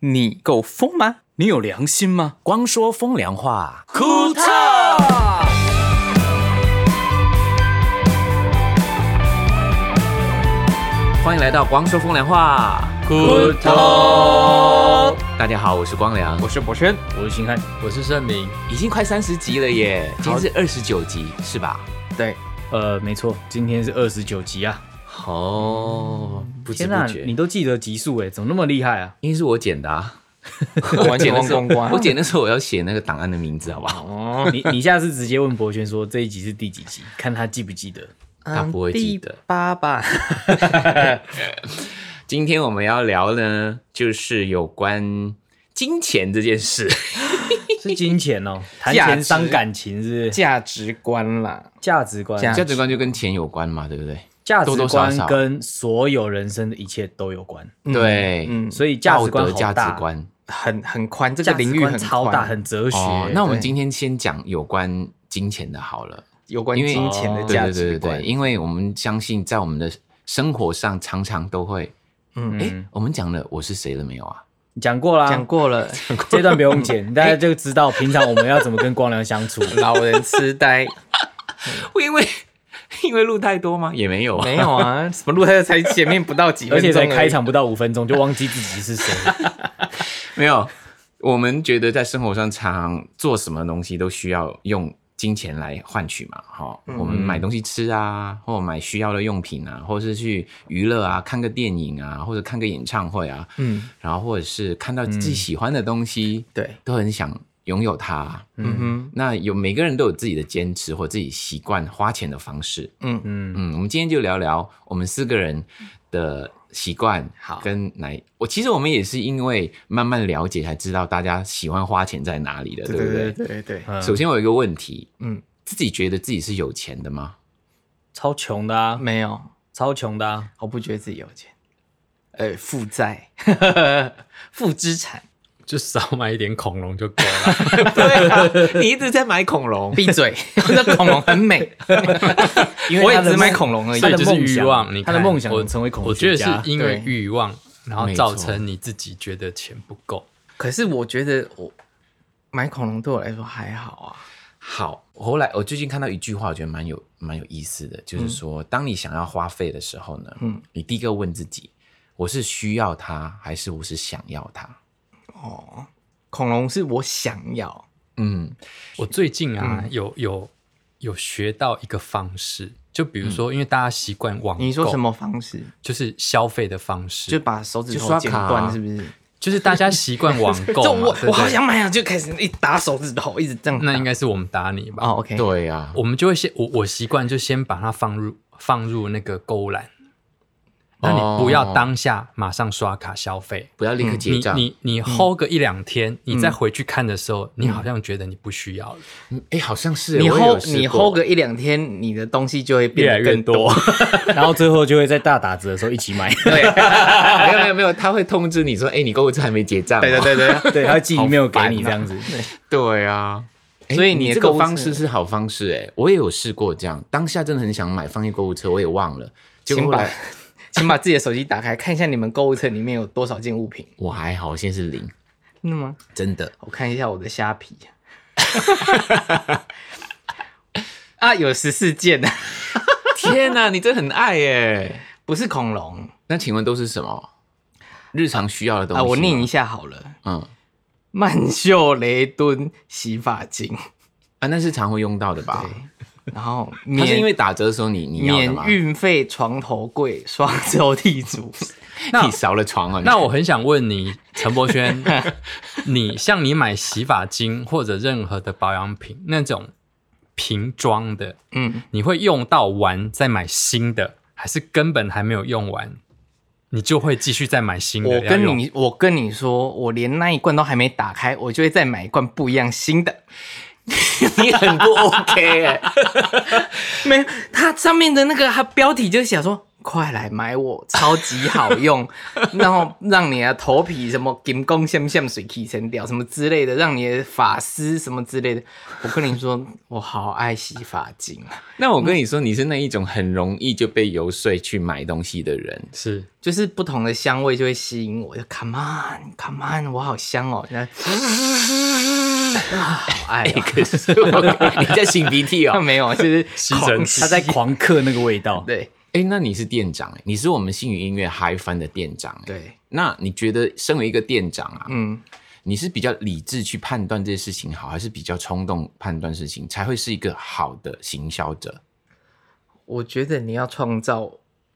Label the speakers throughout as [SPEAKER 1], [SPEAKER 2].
[SPEAKER 1] 你够疯吗？你有良心吗？
[SPEAKER 2] 光说风凉话，
[SPEAKER 1] 库特。
[SPEAKER 2] 欢迎来到光说风凉话。
[SPEAKER 3] 骨头，
[SPEAKER 2] 大家好，我是光良，
[SPEAKER 1] 我是博轩，
[SPEAKER 3] 我是星汉，我是盛明。
[SPEAKER 2] 已经快三十集了耶，今天是二十九集是吧？
[SPEAKER 1] 对，
[SPEAKER 3] 呃，没错，今天是二十九集啊！
[SPEAKER 2] 哦，不知
[SPEAKER 3] 天
[SPEAKER 2] 不觉，
[SPEAKER 3] 你都记得集数哎，怎么那么厉 害啊？
[SPEAKER 2] 因为是我剪的、啊，
[SPEAKER 1] 我
[SPEAKER 2] 剪
[SPEAKER 1] 剪
[SPEAKER 2] 的
[SPEAKER 1] 光
[SPEAKER 2] 时候
[SPEAKER 1] 光光，
[SPEAKER 2] 我剪的时候我要写那个档案的名字，好不好？
[SPEAKER 3] 哦，你你下次直接问博轩说这一集是第几集，看他记不记得。
[SPEAKER 2] 他不会记得
[SPEAKER 1] 嗯第八吧？
[SPEAKER 2] 今天我们要聊呢，就是有关金钱这件事。
[SPEAKER 3] 是金钱哦，谈
[SPEAKER 1] 价
[SPEAKER 3] 钱
[SPEAKER 1] 值
[SPEAKER 3] 伤感情是不是？
[SPEAKER 1] 价值观啦，
[SPEAKER 3] 价值观，
[SPEAKER 1] 价
[SPEAKER 2] 价值观就跟钱有关嘛，对不对？
[SPEAKER 3] 价值
[SPEAKER 2] 多多少
[SPEAKER 3] 观
[SPEAKER 2] 少
[SPEAKER 3] 跟所有人生的一切都有关，
[SPEAKER 2] 对，
[SPEAKER 1] 嗯，
[SPEAKER 3] 所以价
[SPEAKER 2] 道
[SPEAKER 3] 值观
[SPEAKER 2] 德
[SPEAKER 3] 好
[SPEAKER 2] 价
[SPEAKER 3] 大，
[SPEAKER 2] 值观。
[SPEAKER 1] 很很宽，这
[SPEAKER 3] 价
[SPEAKER 1] 个
[SPEAKER 3] 值
[SPEAKER 1] 领域
[SPEAKER 3] 观
[SPEAKER 1] 很
[SPEAKER 3] 超大，
[SPEAKER 1] 宽
[SPEAKER 3] 很哲学。
[SPEAKER 2] 哦，那我们
[SPEAKER 1] 对
[SPEAKER 2] 今天先讲有关金钱的好了，
[SPEAKER 1] 有关
[SPEAKER 2] 因为
[SPEAKER 1] 金钱的
[SPEAKER 3] 哦
[SPEAKER 2] 对
[SPEAKER 1] 价
[SPEAKER 2] 对
[SPEAKER 1] 值
[SPEAKER 2] 对对
[SPEAKER 1] 观
[SPEAKER 2] 对，。因为我们相信在我们的生活上常常都会，
[SPEAKER 1] 嗯
[SPEAKER 2] 哎、
[SPEAKER 3] 嗯
[SPEAKER 2] 我们讲了我是谁了没有啊？
[SPEAKER 3] 讲过啦，
[SPEAKER 1] 讲过了，
[SPEAKER 3] 这段不用剪，大家就知道平常我们要怎么跟光良相处。
[SPEAKER 1] 老人痴呆
[SPEAKER 2] 会因为 因为录太多吗？也没有啊，
[SPEAKER 1] 没有啊？什么路太才前面不到几
[SPEAKER 3] 而
[SPEAKER 1] 分钟
[SPEAKER 3] 且
[SPEAKER 1] 已，
[SPEAKER 3] 才开场不到五分钟就忘记自己是谁，
[SPEAKER 2] 没有。我们觉得在生活上常做什么东西都需要用金钱来换取嘛，哈、
[SPEAKER 1] 嗯
[SPEAKER 2] 我们买东西吃啊，或买需要的用品啊，或是去娱乐啊，看个电影啊，或者看个演唱会啊，
[SPEAKER 1] 嗯，
[SPEAKER 2] 然后或者是看到自己喜欢的东西，
[SPEAKER 1] 对，
[SPEAKER 2] 都很想拥有它。
[SPEAKER 1] 嗯
[SPEAKER 2] 那有每个人都有自己的坚持或自己习惯花钱的方式。
[SPEAKER 1] 哼，嗯，
[SPEAKER 3] 嗯，
[SPEAKER 2] 嗯，我们今天就聊聊我们四个人的习惯，
[SPEAKER 1] 好
[SPEAKER 2] 跟来我其实我们也是因为慢慢了解才知道大家喜欢花钱在哪里的，
[SPEAKER 1] 对
[SPEAKER 2] 不
[SPEAKER 1] 对对对对，
[SPEAKER 3] 嗯
[SPEAKER 2] 首先我有一个问题，
[SPEAKER 1] 嗯，
[SPEAKER 2] 自己觉得自己是有钱的吗？
[SPEAKER 3] 超穷的啊，
[SPEAKER 1] 没有，
[SPEAKER 3] 超穷的啊，
[SPEAKER 1] 我不觉得自己有钱，呃，负债， 负资产，
[SPEAKER 4] 就少买一点恐龙就够 了。
[SPEAKER 2] 对啊，你一直在买恐龙，
[SPEAKER 1] 闭 嘴！这恐龙很美，
[SPEAKER 3] 因
[SPEAKER 1] 我
[SPEAKER 3] 为
[SPEAKER 1] 也
[SPEAKER 3] 他的
[SPEAKER 1] 只买
[SPEAKER 3] 梦
[SPEAKER 1] 恐龙而已
[SPEAKER 3] 他
[SPEAKER 4] 所以
[SPEAKER 3] 的
[SPEAKER 4] 就是
[SPEAKER 3] 梦
[SPEAKER 4] 欲
[SPEAKER 3] 想啊
[SPEAKER 4] 望，你
[SPEAKER 3] 他的
[SPEAKER 4] 看
[SPEAKER 3] 梦想
[SPEAKER 4] 我
[SPEAKER 3] 成为恐
[SPEAKER 4] 我
[SPEAKER 3] 学
[SPEAKER 4] 觉得
[SPEAKER 3] 家
[SPEAKER 4] 是因为欲望，然后
[SPEAKER 2] 没
[SPEAKER 4] 造
[SPEAKER 2] 错
[SPEAKER 4] 成你自己觉得钱不够。
[SPEAKER 1] 可是我觉得我买恐龙对我来说还好啊。
[SPEAKER 2] 好，后来我最近看到一句话，我觉得蛮有蛮有意思的，就是说，当你想要花费的时候呢，
[SPEAKER 1] 嗯
[SPEAKER 2] 你第一个问自己，我是需要它，还是我是想要它？
[SPEAKER 1] 哦，恐龙是我想要，
[SPEAKER 2] 嗯，
[SPEAKER 4] 我最近啊，
[SPEAKER 3] 嗯
[SPEAKER 4] 有有有学到一个方式，就比如
[SPEAKER 3] 嗯
[SPEAKER 4] 说，因为大家习惯网购，
[SPEAKER 1] 你说什？么方式？
[SPEAKER 4] 就是消费的方式，
[SPEAKER 1] 就
[SPEAKER 4] 就
[SPEAKER 1] 把手指
[SPEAKER 2] 就
[SPEAKER 1] 头
[SPEAKER 2] 刷
[SPEAKER 1] 剪
[SPEAKER 2] 卡啊啊
[SPEAKER 1] 断，是不是？
[SPEAKER 4] 就是大家习惯网 购
[SPEAKER 1] 这
[SPEAKER 4] 嘛
[SPEAKER 1] 我
[SPEAKER 4] 对不对
[SPEAKER 1] 我好想买啊，就开始一打手指头，一直这样打。
[SPEAKER 4] 那应该是我们打你
[SPEAKER 3] 啊
[SPEAKER 1] 哦
[SPEAKER 4] 吧？
[SPEAKER 2] 嗯
[SPEAKER 1] ，OK，
[SPEAKER 2] 对啊呀、
[SPEAKER 4] 我们就会先我我习惯就先把它放入放入那个购物篮，那你不
[SPEAKER 2] 哦
[SPEAKER 4] 要当下马上刷卡消费，
[SPEAKER 2] 不要立刻结
[SPEAKER 4] 你
[SPEAKER 1] 嗯
[SPEAKER 2] 账。
[SPEAKER 4] 你你 hold 个一两天，你再回去看的时候，你好像觉得你不需要了，
[SPEAKER 2] 嗯哎、好像是
[SPEAKER 1] 你
[SPEAKER 2] 我也有
[SPEAKER 1] hold
[SPEAKER 2] 试
[SPEAKER 1] 你
[SPEAKER 2] 过
[SPEAKER 1] hold 个一两天，你的东西就会变得更。
[SPEAKER 4] 多。
[SPEAKER 3] 然后最后就会在大打折的时候一起买，
[SPEAKER 2] 对， 没有没有没有，他会通知你说，哎、你购物车还没结账哦。
[SPEAKER 1] 对对对 对，
[SPEAKER 3] 对，他会寄 email 给你这样子，
[SPEAKER 2] 对啊。哎
[SPEAKER 1] 所以
[SPEAKER 2] 你
[SPEAKER 1] 你的
[SPEAKER 2] 这个
[SPEAKER 1] 购物
[SPEAKER 2] 方
[SPEAKER 1] 车
[SPEAKER 2] 式是好方式哎、我也有试过这样，当下真的很想买，放进购物车，我也忘了，结果
[SPEAKER 1] 请
[SPEAKER 2] 后
[SPEAKER 1] 把
[SPEAKER 2] 来
[SPEAKER 1] 请把自己的手机打开，看一下你们购物车里面有多少件物品。
[SPEAKER 2] 我还好，我现在是零，
[SPEAKER 1] 真的吗？
[SPEAKER 2] 真的。
[SPEAKER 1] 我看一下我的虾皮。 啊，有十四件，
[SPEAKER 2] 天哪、你真很爱耶！
[SPEAKER 1] 不是恐龙
[SPEAKER 2] 那请问都是什么日常需要的东西？
[SPEAKER 1] 啊！我念一，下好了，
[SPEAKER 2] 嗯
[SPEAKER 1] 曼秀雷敦洗发精，
[SPEAKER 2] 啊，那是常会用到的吧？
[SPEAKER 1] 然 后
[SPEAKER 2] 它啊是因
[SPEAKER 1] 免
[SPEAKER 2] 为打折的时候你你要的
[SPEAKER 1] 免
[SPEAKER 2] 吗？
[SPEAKER 1] 运费床头柜、双抽 屉组，
[SPEAKER 4] 那
[SPEAKER 2] 你少了床啊！你
[SPEAKER 4] 那我很想问你，陈柏轩，你像你买洗发精或者任何的保养品那种瓶装的，
[SPEAKER 1] 嗯，
[SPEAKER 4] 你会用到完再买新的，还是根本还没有用完，你就会继续再买新
[SPEAKER 2] 嗯
[SPEAKER 4] 的？
[SPEAKER 1] 我
[SPEAKER 4] 要用
[SPEAKER 1] 跟你我跟你说，我连那一罐都还没打开，我就会再买一罐不一样新的。
[SPEAKER 2] 你很不 OK 哎、
[SPEAKER 1] 没有，它上面的那个它标题就写说快来买我，超级好 用，然后让你的头皮什么金光闪闪、水气沉掉什么之类的，让你的发丝什么之类的。我跟你说，我好爱洗发精啊，
[SPEAKER 2] 那我跟
[SPEAKER 3] 嗯
[SPEAKER 2] 你说，你是那一种很容易就被游说去买东西的人。
[SPEAKER 4] 是
[SPEAKER 1] 就是不同的香味就会吸引我，就 come on，come on，我好香 哦，然后啊，好爱、哦。
[SPEAKER 2] 哎可是我你在擤鼻涕
[SPEAKER 1] 那
[SPEAKER 2] 哦。
[SPEAKER 1] 没有，就是
[SPEAKER 4] 吸尘
[SPEAKER 3] 他在狂嗑那个味道。
[SPEAKER 1] 对
[SPEAKER 2] 哎、那你是店长、欸，你是我们信宇音乐 Hi Fun 的店长、欸。
[SPEAKER 1] 对，
[SPEAKER 2] 那你觉得身为一个店长啊，
[SPEAKER 1] 嗯，
[SPEAKER 2] 你是比较理智去判断这些事情好，还是比较冲动判断事情，才会是一个好的行销者？
[SPEAKER 1] 我觉得你要创造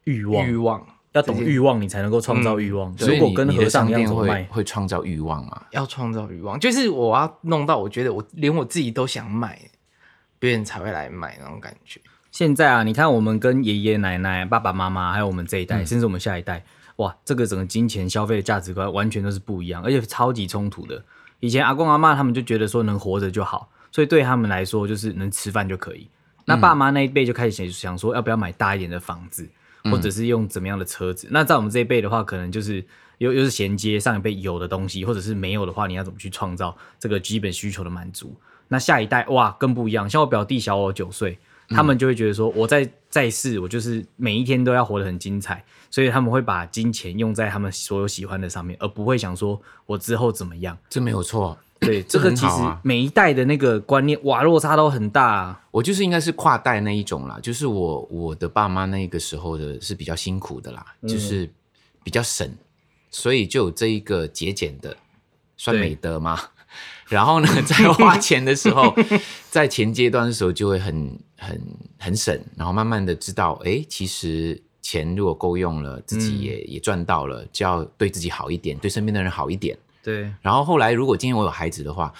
[SPEAKER 3] 欲望
[SPEAKER 1] 欲望，
[SPEAKER 3] 要懂欲望，你才能够创造欲望。
[SPEAKER 2] 所以
[SPEAKER 3] 如果
[SPEAKER 2] 你
[SPEAKER 3] 跟
[SPEAKER 2] 你的
[SPEAKER 3] 和
[SPEAKER 2] 商
[SPEAKER 3] 尚一样
[SPEAKER 2] 店
[SPEAKER 3] 怎么
[SPEAKER 2] 会
[SPEAKER 3] 卖？
[SPEAKER 2] 会创造欲望嘛？
[SPEAKER 1] 要创造欲望，就是我要弄到我觉得我连我自己都想买，别人才会来买那种感觉。
[SPEAKER 3] 现在啊，你看我们跟爷爷奶奶、爸爸妈妈，还有我们这一代，甚至我们下一代，哇，这个整个金钱消费的价值观完全都是不一样，而且超级冲突的。以前阿公阿妈他们就觉得说能活着就好，所以对他们来说就是能吃饭就可以。那爸妈那一辈就开始想说要不要买大一点的房子，或者是用怎么样的车子。那在我们这一辈的话，可能就是又又是衔接上一辈有的东西，或者是没有的话，你要怎么去创造这个基本需求的满足？那下一代哇更不一样，像我表弟小我九岁，他
[SPEAKER 2] 嗯
[SPEAKER 3] 们就会觉得说我在在世，我就是每一天都要活得很精彩，所以他们会把金钱用在他们所有喜欢的上面，而不会想说我之后怎么 样。
[SPEAKER 2] 这没有错。啊
[SPEAKER 3] 对，这
[SPEAKER 2] 这
[SPEAKER 3] 个
[SPEAKER 2] 很
[SPEAKER 3] 其实
[SPEAKER 2] 好啊
[SPEAKER 3] 每一代的那个观念哇落差都很大啊、
[SPEAKER 2] 我就是应该是跨代那一种啦，就是我我的爸妈那个时候的是比较辛苦的啦，就是比较省，所以就有这一个节俭的，算美德吗？ 然后呢，在花钱的时候，在前阶段的时候就会很很很省，然后慢慢的知道，哎，其实钱如果够用了，自己也、也赚到了，就要对自己好一点，对身边的人好一点。
[SPEAKER 3] 对，
[SPEAKER 2] 然后后来，如果今天我有孩子的话，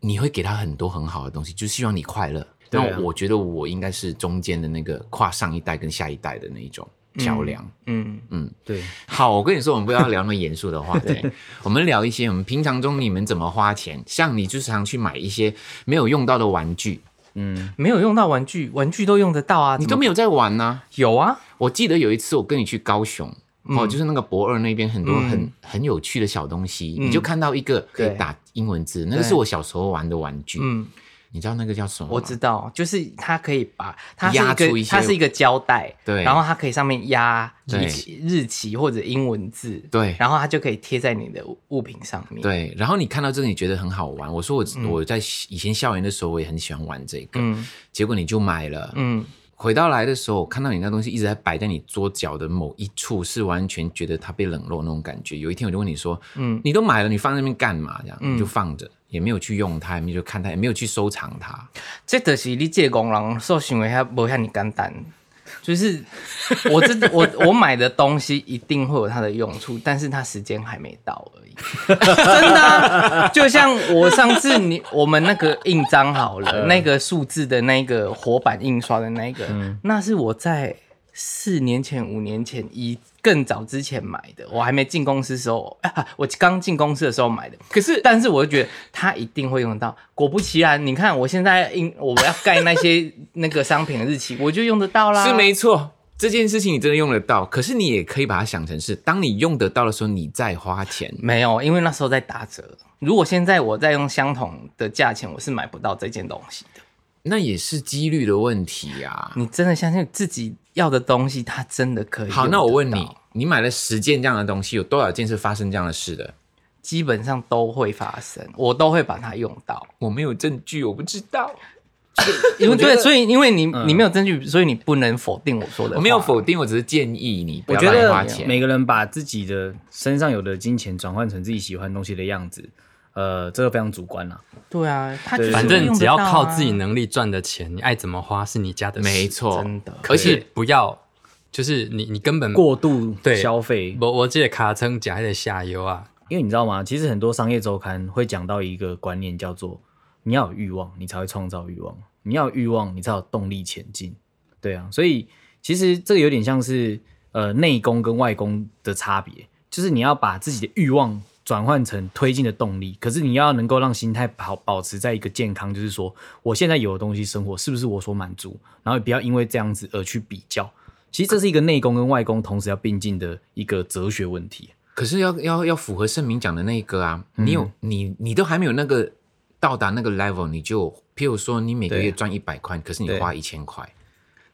[SPEAKER 2] 你会给他很多很好的东西，就希望你快乐。
[SPEAKER 3] 对啊
[SPEAKER 2] 那我觉得我应该是中间的那个跨上一代跟下一代的那一种桥梁。
[SPEAKER 1] 嗯，
[SPEAKER 3] 对，
[SPEAKER 2] 好，我跟你说，我们不要聊那么严肃的 话题，我们聊一些我们平常中你们怎么花钱，像你就常去买一些没有用到的玩具，
[SPEAKER 3] 嗯，
[SPEAKER 1] 没有用到玩具，玩具都用得到啊，
[SPEAKER 2] 你
[SPEAKER 1] 怎
[SPEAKER 2] 都
[SPEAKER 1] 么
[SPEAKER 2] 没有在玩呢、
[SPEAKER 1] 有啊？
[SPEAKER 2] 我记得有一次我跟你去高雄。
[SPEAKER 1] 嗯
[SPEAKER 2] 哦，就是那个博二那边很多很、很有趣的小东西，你就看到一个可以
[SPEAKER 1] 嗯对
[SPEAKER 2] 打英文字，那个
[SPEAKER 1] 对
[SPEAKER 2] 是我小时候玩的玩具。
[SPEAKER 1] 嗯，
[SPEAKER 2] 你知道那个叫什么吗？
[SPEAKER 1] 我知道，就是它可以把它是
[SPEAKER 2] 哦压
[SPEAKER 1] 一
[SPEAKER 2] 出
[SPEAKER 1] 个
[SPEAKER 2] 一些
[SPEAKER 1] 它是一个胶带，
[SPEAKER 2] 对
[SPEAKER 1] 然后它可以上面压
[SPEAKER 2] 对
[SPEAKER 1] 日期日期或者英文字，
[SPEAKER 2] 对
[SPEAKER 1] 然后它就可以贴在你的物物品上面。，
[SPEAKER 2] 对，然后你看到这个你觉得很好玩，我说我、我在以前校园的时候我也很喜欢玩这个，
[SPEAKER 1] 嗯
[SPEAKER 2] 结果你就买了。
[SPEAKER 1] 嗯，
[SPEAKER 2] 回到来的时候，我看到你那东西一直在摆在你桌角的某一处，是完全觉得它被冷落那种感觉。有一天我就问你说：“嗯
[SPEAKER 1] 嗯，
[SPEAKER 2] 你都买了，你放在那边干嘛？”这样、你就放着，也没有去用它，也没有去看它，也没有去收藏它。
[SPEAKER 1] 这就是你这个工人所想的遐无遐尼简单。就是我这我我买的东西一定会有它的用处，但是它时间还没到而已。 真的啊、就像我上次你我们那个印章好了，那个数字的那个活版印刷的那个，那是我在四年前、五年前一更早之前买的，我还没进公司的时候， 啊、我刚进公司的时候买的。可是，但是我就觉得它一定会用得到。果不其然，你看我现在印我要盖那些 那个商品的日期，我就用得到啦。
[SPEAKER 2] 是没错，这件事情你真的用得到，可是你也可以把它想成是，当你用得到的时候，你再花钱。
[SPEAKER 1] 没有，因为那时候在打折。如果现在我再用相同的价钱，我是买不到这件东西的。
[SPEAKER 2] 那也是几率的问题呀、啊。
[SPEAKER 1] 你真的相信自己要的东西，它真的可以？
[SPEAKER 2] 好，那我问你，，你买了十件这样的东西，有多少件是发生这样的事的？
[SPEAKER 1] 基本上都会发生，我都会把它用到。
[SPEAKER 2] 我没有证据，我不知道，
[SPEAKER 1] 因为对，所以因为你、你没有证据，所以你不能否定我说的。
[SPEAKER 2] 我没有否，定，我只是建议你不
[SPEAKER 3] 我
[SPEAKER 2] 要
[SPEAKER 3] 觉
[SPEAKER 2] 乱
[SPEAKER 3] 得
[SPEAKER 2] 花钱。
[SPEAKER 3] 每个人把自己的身上有的金钱转换成自己喜欢东西的样子，呃，这个非常主观啦、
[SPEAKER 2] 嗯
[SPEAKER 1] 对啊，它就是
[SPEAKER 4] 反正
[SPEAKER 1] 用得
[SPEAKER 4] 只要
[SPEAKER 1] 到啊
[SPEAKER 4] 靠自己能力赚的钱，你爱怎么花是你家的事。
[SPEAKER 2] 没，错
[SPEAKER 1] 真的，
[SPEAKER 2] 而且
[SPEAKER 4] 不要就是你你根本
[SPEAKER 3] 过度
[SPEAKER 4] 对
[SPEAKER 3] 消费。
[SPEAKER 4] 我我记得卡称假的下游啊，
[SPEAKER 3] 因为你知道吗？其实很多商业周刊会讲到一个观念，叫做你要有欲望，你才会创造欲望；你要有欲望，你才有动力前进。对啊，所以其实这个有点像是呃内功跟外功的差别，就是你要把自己的欲望转换成推进的动力，可是你要能够让心态保保持在一个健康，就是说我现在有的东西生活是不是我所满足，然后也不要因为这样子而去比较。其实这是一个内功跟外功同时要并进的一个哲学问题。啊
[SPEAKER 2] 可是要要要符合圣明讲的那一个啊，你有你你都还没有那个到达那个 level，你就譬如说你每个
[SPEAKER 3] 对
[SPEAKER 2] 月赚一百块，可是你
[SPEAKER 3] 对
[SPEAKER 2] 花一千块，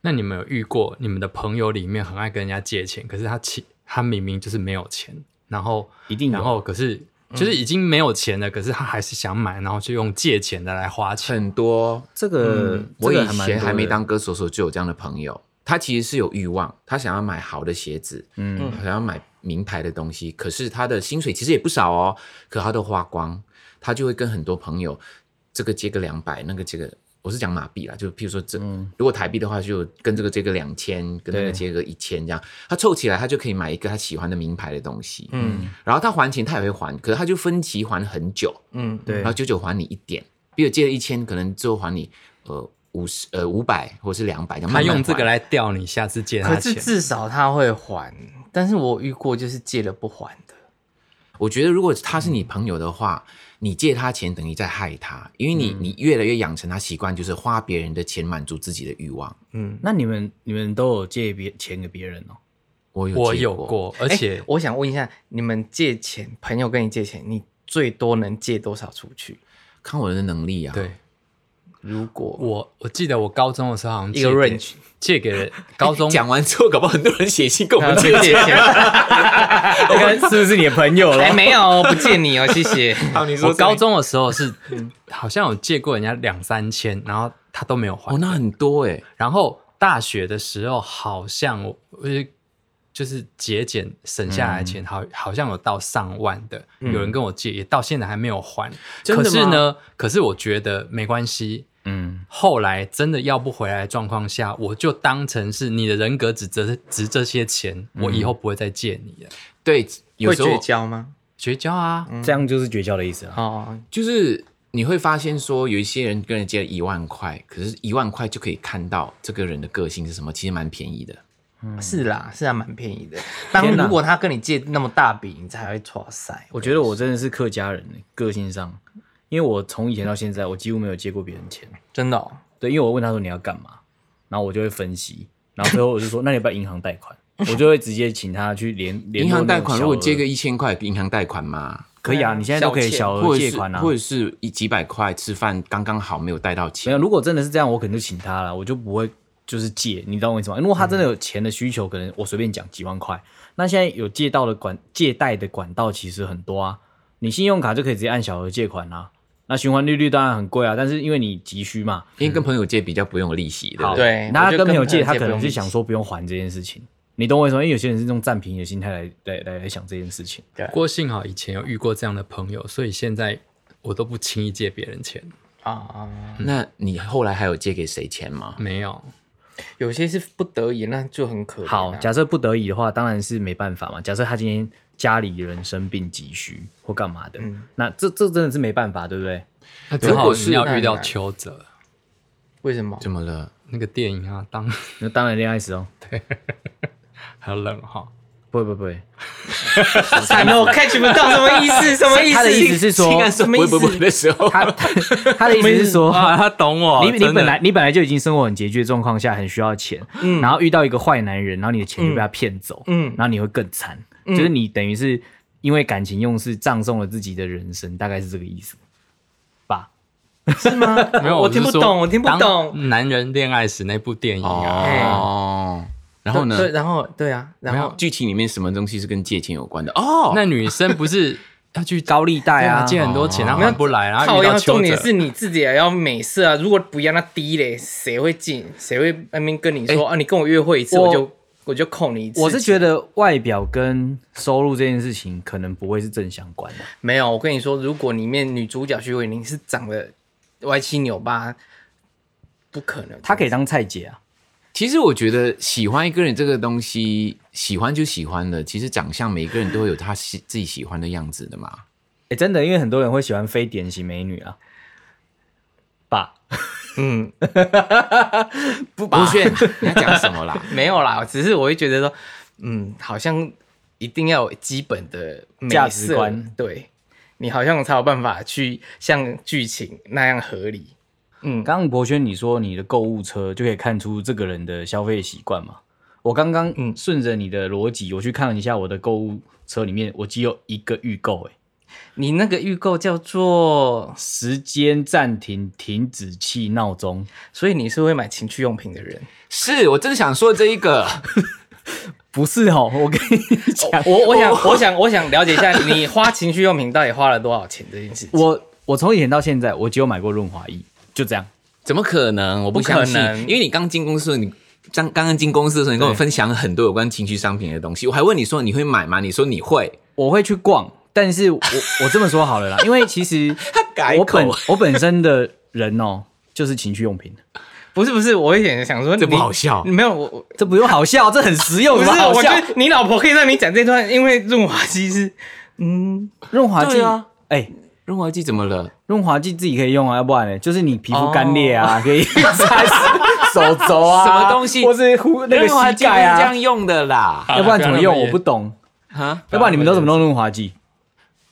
[SPEAKER 4] 那你们有遇过你们的朋友里面很爱跟人家借钱，可是他其他明明就是没有钱，然后
[SPEAKER 3] 一定有
[SPEAKER 4] 然后可是就是已经没有钱了，可是他还是想买，然后就用借钱的来花钱。
[SPEAKER 2] 很多
[SPEAKER 3] 这个、
[SPEAKER 2] 嗯我
[SPEAKER 3] 这个
[SPEAKER 2] 以
[SPEAKER 3] 还蛮
[SPEAKER 2] 前
[SPEAKER 3] 多
[SPEAKER 2] 还没
[SPEAKER 3] 的
[SPEAKER 2] 当歌手的时候就有这样的朋友，他其实是有欲望，他想要买好的鞋子，嗯，想要买名牌的东西，可是他的薪水其实也不少哦，可他都花光，他就会跟很多朋友这个借个两百，那个借个。我是讲马币啦，就譬如说这，如果台币的话，就跟这个借个两千，跟那个
[SPEAKER 3] 嗯对
[SPEAKER 2] 借个一千这样，他凑起来，他就可以买一个他喜欢的名牌的东西。
[SPEAKER 1] 嗯
[SPEAKER 2] 然后他还钱，他也会还，可是他就分期还很久。
[SPEAKER 1] 嗯，
[SPEAKER 3] 对
[SPEAKER 2] 然后久久还你一点，比如借了一千，可能最后还你呃五十呃五百或是两百，
[SPEAKER 4] 他用这个来吊你，下次借他
[SPEAKER 1] 可是
[SPEAKER 4] 钱。
[SPEAKER 1] 至少他会还，但是我遇过就是借了不还的，
[SPEAKER 2] 我觉得如果他是你朋友的话，你借他钱等于在害他，因为你、
[SPEAKER 4] 嗯
[SPEAKER 2] 你越来越养成他习惯，就是花别人的钱满足自己的欲望。
[SPEAKER 1] 嗯，
[SPEAKER 3] 那你们你们都有借别钱给别人 哦？
[SPEAKER 2] 我有
[SPEAKER 4] 我
[SPEAKER 2] 借
[SPEAKER 4] 有
[SPEAKER 2] 过，
[SPEAKER 4] 过，而且
[SPEAKER 1] 诶哎我想问一下，你们借钱，朋友跟你借钱，你最多能借多少出去？
[SPEAKER 2] 看我的能力啊。
[SPEAKER 4] 对
[SPEAKER 1] 如果
[SPEAKER 4] 我我记得我高中的时候好像
[SPEAKER 1] 一个
[SPEAKER 4] 借给
[SPEAKER 1] range
[SPEAKER 4] 借给人 高中
[SPEAKER 2] 讲完之后，搞不好很多人写信 跟我
[SPEAKER 1] 要
[SPEAKER 2] 们
[SPEAKER 1] 去
[SPEAKER 2] 借
[SPEAKER 1] 啊借
[SPEAKER 2] 钱。
[SPEAKER 1] 钱，
[SPEAKER 3] 是不是你的朋 友
[SPEAKER 1] 哎，没有哦，不借你哦，谢谢。
[SPEAKER 2] 好，你说
[SPEAKER 4] 我高
[SPEAKER 2] 这里
[SPEAKER 4] 中的时候是好像有借过人家两三千，然后他都没有还。
[SPEAKER 2] 哦，那很多哎、
[SPEAKER 4] 然后大学的时候好像我就是就是节俭省下来的
[SPEAKER 2] 嗯
[SPEAKER 4] 钱，好好像有到上万的，有人跟我借，也到现在还没有还。
[SPEAKER 2] 真
[SPEAKER 4] 可
[SPEAKER 2] 的吗
[SPEAKER 4] 是呢，可是我觉得没关系。
[SPEAKER 3] 嗯，
[SPEAKER 4] 后来真的要不回来的状况下，我就当成是你的人格只值值这些钱，
[SPEAKER 2] 嗯
[SPEAKER 4] 我以后不会再借你了。
[SPEAKER 2] 对， 有
[SPEAKER 1] 会
[SPEAKER 2] 时候
[SPEAKER 1] 绝交吗？
[SPEAKER 4] 绝交啊！
[SPEAKER 3] 这样就是绝交的意思啊。
[SPEAKER 2] 嗯
[SPEAKER 1] 哦，
[SPEAKER 2] 就是你会发现说，有一些人跟人借了一万块，可是一万块就可以看到这个人的个性是什么，其实蛮便宜的。
[SPEAKER 1] 哦是啦，是还啊蛮便宜的。当
[SPEAKER 3] 天哪
[SPEAKER 1] 如果他跟你借那么大笔，你才会错塞。
[SPEAKER 3] 我觉得我真的是客家人、欸个性上，因为我从以前到现在，我几乎没有借过别人钱。
[SPEAKER 1] 真的、哦，
[SPEAKER 3] 对，因为我问他说你要干嘛，然后我就会分析，然后最后我就说那你要不要银行贷款？我就会直接请他去联联
[SPEAKER 2] 银
[SPEAKER 3] 络
[SPEAKER 2] 行
[SPEAKER 3] 那
[SPEAKER 2] 贷
[SPEAKER 3] 种
[SPEAKER 2] 款
[SPEAKER 3] 小
[SPEAKER 2] 如果
[SPEAKER 3] 额
[SPEAKER 2] 借个一千块，银行贷款嘛，
[SPEAKER 3] 可以啊，你现在都可以小
[SPEAKER 2] 或
[SPEAKER 3] 额
[SPEAKER 2] 者
[SPEAKER 3] 借
[SPEAKER 2] 是
[SPEAKER 3] 款啊。
[SPEAKER 2] 或者是一几百块吃饭刚刚好没有带到
[SPEAKER 3] 没
[SPEAKER 2] 钱，
[SPEAKER 3] 有，如果真的是这样，我可能就请他了，我就不会就是借，你懂我意思吗？如果他真的有钱的需求，可能我随便讲几万块，那现在有借到的管借贷的管道其实很多啊，你信用卡就可以直接按小额借款啦、那循环利率当然很贵啊，但是因为你急需嘛，
[SPEAKER 2] 因为跟朋友借比较不用有利息，对不
[SPEAKER 3] 好，
[SPEAKER 2] 对？
[SPEAKER 1] 对
[SPEAKER 3] 那
[SPEAKER 1] 我
[SPEAKER 3] 他
[SPEAKER 1] 就
[SPEAKER 3] 跟朋友
[SPEAKER 1] 跟朋
[SPEAKER 3] 借，
[SPEAKER 1] 友
[SPEAKER 3] 他
[SPEAKER 1] 借
[SPEAKER 3] 可
[SPEAKER 1] 不
[SPEAKER 3] 能
[SPEAKER 1] 用
[SPEAKER 3] 是
[SPEAKER 1] 利
[SPEAKER 3] 想
[SPEAKER 1] 息
[SPEAKER 3] 说不用还这件事情，你懂我意思吗？因为有些人是用占便宜的心态来来来来想这件事情。
[SPEAKER 4] 不过幸好以前有遇过这样的朋友，所以现在我都不轻易借别人钱。
[SPEAKER 1] 啊啊，
[SPEAKER 2] 那你后来还有借给谁钱吗？
[SPEAKER 4] 没有，
[SPEAKER 1] 有些是不得已，那就很可怜、啊
[SPEAKER 3] 好，假设不得已的话，当然是没办法嘛。假设他今天家里人生病急需或干嘛的，
[SPEAKER 1] 嗯
[SPEAKER 3] 那这这真的是没办法，对不对？
[SPEAKER 4] 那
[SPEAKER 2] 如
[SPEAKER 4] 正好
[SPEAKER 2] 果
[SPEAKER 4] 你
[SPEAKER 2] 是
[SPEAKER 4] 要遇到
[SPEAKER 1] 那
[SPEAKER 4] 邱泽
[SPEAKER 1] 为什么？
[SPEAKER 2] 怎么了？
[SPEAKER 4] 那个电影啊，当
[SPEAKER 3] 那当然恋爱时哦，
[SPEAKER 4] 很冷哈。
[SPEAKER 3] 不会不会不 会，
[SPEAKER 1] 惨 了，我 catch 不到，什么意思？什么意思？
[SPEAKER 3] 他的意思是说
[SPEAKER 1] 性感
[SPEAKER 2] 不
[SPEAKER 1] 什么意
[SPEAKER 2] 会不会
[SPEAKER 1] 思？
[SPEAKER 2] 的时候，
[SPEAKER 3] 他他的意思是说，
[SPEAKER 4] 哇，啊他懂我。
[SPEAKER 3] 你你
[SPEAKER 4] 真的
[SPEAKER 3] 本来你本来就已经生活很拮据的状况下，很需要钱，然后遇到一个坏男人，然后你的钱就被他骗走，
[SPEAKER 1] 嗯
[SPEAKER 3] 然后你会更惨，就是你等于是因为感情用事葬送了自己的人生，大概是这个意思吧？
[SPEAKER 1] 是吗？
[SPEAKER 4] 没有，
[SPEAKER 1] 我
[SPEAKER 4] 是
[SPEAKER 1] 听不
[SPEAKER 4] 说
[SPEAKER 1] 懂，我听不
[SPEAKER 4] 当
[SPEAKER 1] 懂。
[SPEAKER 4] 男人恋爱时那部电影啊，
[SPEAKER 2] 哦，然后呢
[SPEAKER 1] 对，？对然后哎对啊，然后
[SPEAKER 2] 剧情里面什么东西是跟借钱有关的？哦，
[SPEAKER 4] 那女生不是要去
[SPEAKER 3] 高利贷
[SPEAKER 4] 对
[SPEAKER 3] 啊，
[SPEAKER 4] 啊借很多钱，然后还不来，然后
[SPEAKER 1] 靠
[SPEAKER 4] 遇到
[SPEAKER 1] 要
[SPEAKER 4] 邱
[SPEAKER 1] 重点
[SPEAKER 4] 泽
[SPEAKER 1] 是。你自己也要美色啊！如果不要那低嘞，谁会进？谁会那边跟你说、啊？你跟我约会一次，
[SPEAKER 3] 我
[SPEAKER 1] 我就我就扣你一次。
[SPEAKER 3] 我是觉得外表跟收入这件事情可能不会是正相关的，
[SPEAKER 1] 没有，我跟你说，如果里面女主角徐伟宁是长得歪七扭八，不可能。
[SPEAKER 3] 她可以当菜姐啊，
[SPEAKER 2] 其实我觉得喜欢一个人这个东西，喜欢就喜欢了。其实长相每一个人都会有他喜自己喜欢的样子的 嘛。
[SPEAKER 3] 哎、真的，因为很多人会喜欢非典型美女啊，吧？
[SPEAKER 1] 嗯，
[SPEAKER 2] 不，不炫，你要讲什么啦？
[SPEAKER 1] 没有啦，只是我会觉得说，嗯，好像一定要有基本的美色
[SPEAKER 3] 价值观，
[SPEAKER 1] 对你好像才有办法去像剧情那样合理。嗯，
[SPEAKER 3] 刚刚博轩你说你的购物车就可以看出这个人的消费习惯嘛？我刚刚
[SPEAKER 1] 嗯
[SPEAKER 3] 顺着你的逻辑，我去看了一下我的购物车里面，我只有一个预购，哎，
[SPEAKER 1] 你那个预购叫做，
[SPEAKER 3] 时间暂停停止器闹钟，
[SPEAKER 1] 所以你是会买情趣用品的人。
[SPEAKER 2] 是我正想说这一个，
[SPEAKER 3] 不是哦， 我跟你讲，
[SPEAKER 1] 我我想我想我想了解一下，你花情趣用品到底花了多少钱这件事情。
[SPEAKER 3] 我我从以前到现在，我只有买过润滑液，就这样。
[SPEAKER 2] 怎么可能？我不
[SPEAKER 1] 不可
[SPEAKER 2] 相信
[SPEAKER 1] 能，
[SPEAKER 2] 因为你刚进公司的时候，你刚刚刚进公司的时候，你跟我分享了很多有关情趣商品的东西，我还问你说你会买吗？你说你会，
[SPEAKER 3] 我会去逛，但是我我这么说好了 啦，因为其实
[SPEAKER 2] 改
[SPEAKER 3] 我
[SPEAKER 2] 口
[SPEAKER 3] 本我本身的人哦，就是情趣用品，
[SPEAKER 1] 不是不是，我有点想说你，
[SPEAKER 2] 这不好笑
[SPEAKER 1] 没有我，我
[SPEAKER 3] 这不用好笑，这很实用，
[SPEAKER 1] 不
[SPEAKER 3] 有
[SPEAKER 1] 是，
[SPEAKER 3] 什么好
[SPEAKER 1] 我
[SPEAKER 3] 笑
[SPEAKER 1] 觉。得你老婆可以让你讲这段，因为润滑机是，嗯，
[SPEAKER 3] 润滑剂
[SPEAKER 2] 对啊，
[SPEAKER 3] 哎，
[SPEAKER 2] 润滑剂怎么了？
[SPEAKER 3] 润滑剂自己可以用啊，要不然呢，就是你皮
[SPEAKER 2] 哦
[SPEAKER 3] 肤干裂 啊，可以擦手肘啊，
[SPEAKER 2] 什么东西
[SPEAKER 3] 或是呼那个
[SPEAKER 2] 润滑
[SPEAKER 3] 膝
[SPEAKER 2] 剂不是
[SPEAKER 3] 盖
[SPEAKER 2] 这
[SPEAKER 3] 啊，
[SPEAKER 2] 样用的啦，
[SPEAKER 4] 好啦
[SPEAKER 3] 要不然怎么
[SPEAKER 4] 不要
[SPEAKER 3] 用？
[SPEAKER 4] 那么
[SPEAKER 3] 我不懂，
[SPEAKER 2] 啊，
[SPEAKER 3] 要不然你们都怎么弄润滑剂？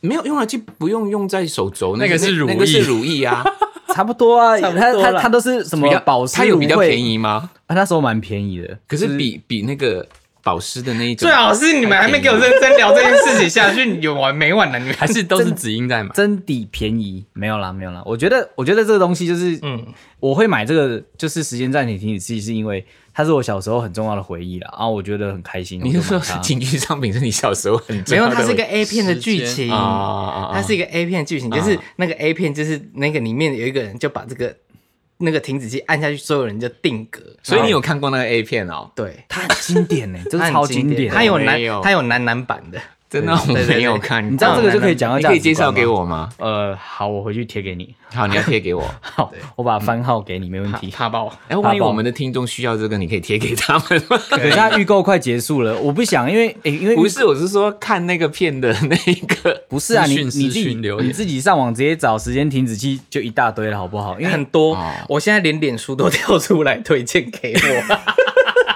[SPEAKER 2] 没有润滑剂不用用在手肘，
[SPEAKER 4] 那个是乳液
[SPEAKER 2] 那个是乳液啊，
[SPEAKER 3] 差不多啊，
[SPEAKER 1] 差不
[SPEAKER 3] 它
[SPEAKER 1] 多啦
[SPEAKER 3] 它它都是什
[SPEAKER 2] 比
[SPEAKER 3] 么
[SPEAKER 2] 较
[SPEAKER 3] 保湿，
[SPEAKER 2] 它有比较便，宜吗？
[SPEAKER 3] 啊，那时候蛮便宜的。
[SPEAKER 2] 可是比比那个保湿的那一种
[SPEAKER 3] 啊
[SPEAKER 1] 最，好是你们还没给我认真聊这件事情下去，你有完没完呢？你们
[SPEAKER 4] 还是都是子英在买，
[SPEAKER 3] 真底便宜，没有啦，没有啦。我觉得，我觉得这个东西就是，
[SPEAKER 1] 嗯
[SPEAKER 3] 我会买这个，就是时间暂停停止器，是因为它是我小时候很重要的回忆啦。啊，我觉得很开心。
[SPEAKER 2] 你是说
[SPEAKER 3] 我就买它
[SPEAKER 2] 情趣商品是你小时候很重
[SPEAKER 1] 没
[SPEAKER 2] 要
[SPEAKER 1] 有，
[SPEAKER 2] 的
[SPEAKER 1] 它是一个 A 片的剧情。
[SPEAKER 2] 啊啊啊
[SPEAKER 1] 它是一个 A 片剧情，就是那个 A 片，就是那个里面有一个人就把这个那个停止器按下去，所有人就定格。
[SPEAKER 2] 所以你
[SPEAKER 1] 有
[SPEAKER 2] 有看过那个 A 片哦？
[SPEAKER 1] 对，
[SPEAKER 3] 它很经典呢、这个
[SPEAKER 1] 它很
[SPEAKER 3] 超经典。
[SPEAKER 1] 它有
[SPEAKER 2] 没有
[SPEAKER 1] 男它有男男版的，
[SPEAKER 2] 真的我
[SPEAKER 1] 对对
[SPEAKER 2] 没有看过，
[SPEAKER 3] 你知道这个就可以讲到
[SPEAKER 2] 嗯你可以
[SPEAKER 3] 价值观吗
[SPEAKER 2] 介绍给我吗？
[SPEAKER 3] 呃，好，我回去贴给你。
[SPEAKER 2] 好，你要贴给我。
[SPEAKER 3] 好，我把番号给你，没问题。
[SPEAKER 1] 怕 爆。
[SPEAKER 2] 哎，万一我们的听众需要这个，你可以贴给他们吗？
[SPEAKER 3] 可是它预购快结束了，我不想，因为诶、因为
[SPEAKER 2] 不是，我是说看那个片的那一个。
[SPEAKER 3] 不是啊，
[SPEAKER 4] 私
[SPEAKER 3] 你
[SPEAKER 4] 讯
[SPEAKER 3] 你
[SPEAKER 4] 私
[SPEAKER 3] 自己
[SPEAKER 4] 讯留言
[SPEAKER 3] 你自己上网直接找时间停止器就一大堆了，好不好？因为
[SPEAKER 1] 很多，
[SPEAKER 2] 哦
[SPEAKER 1] 我现在连脸书都跳出来推荐 给我。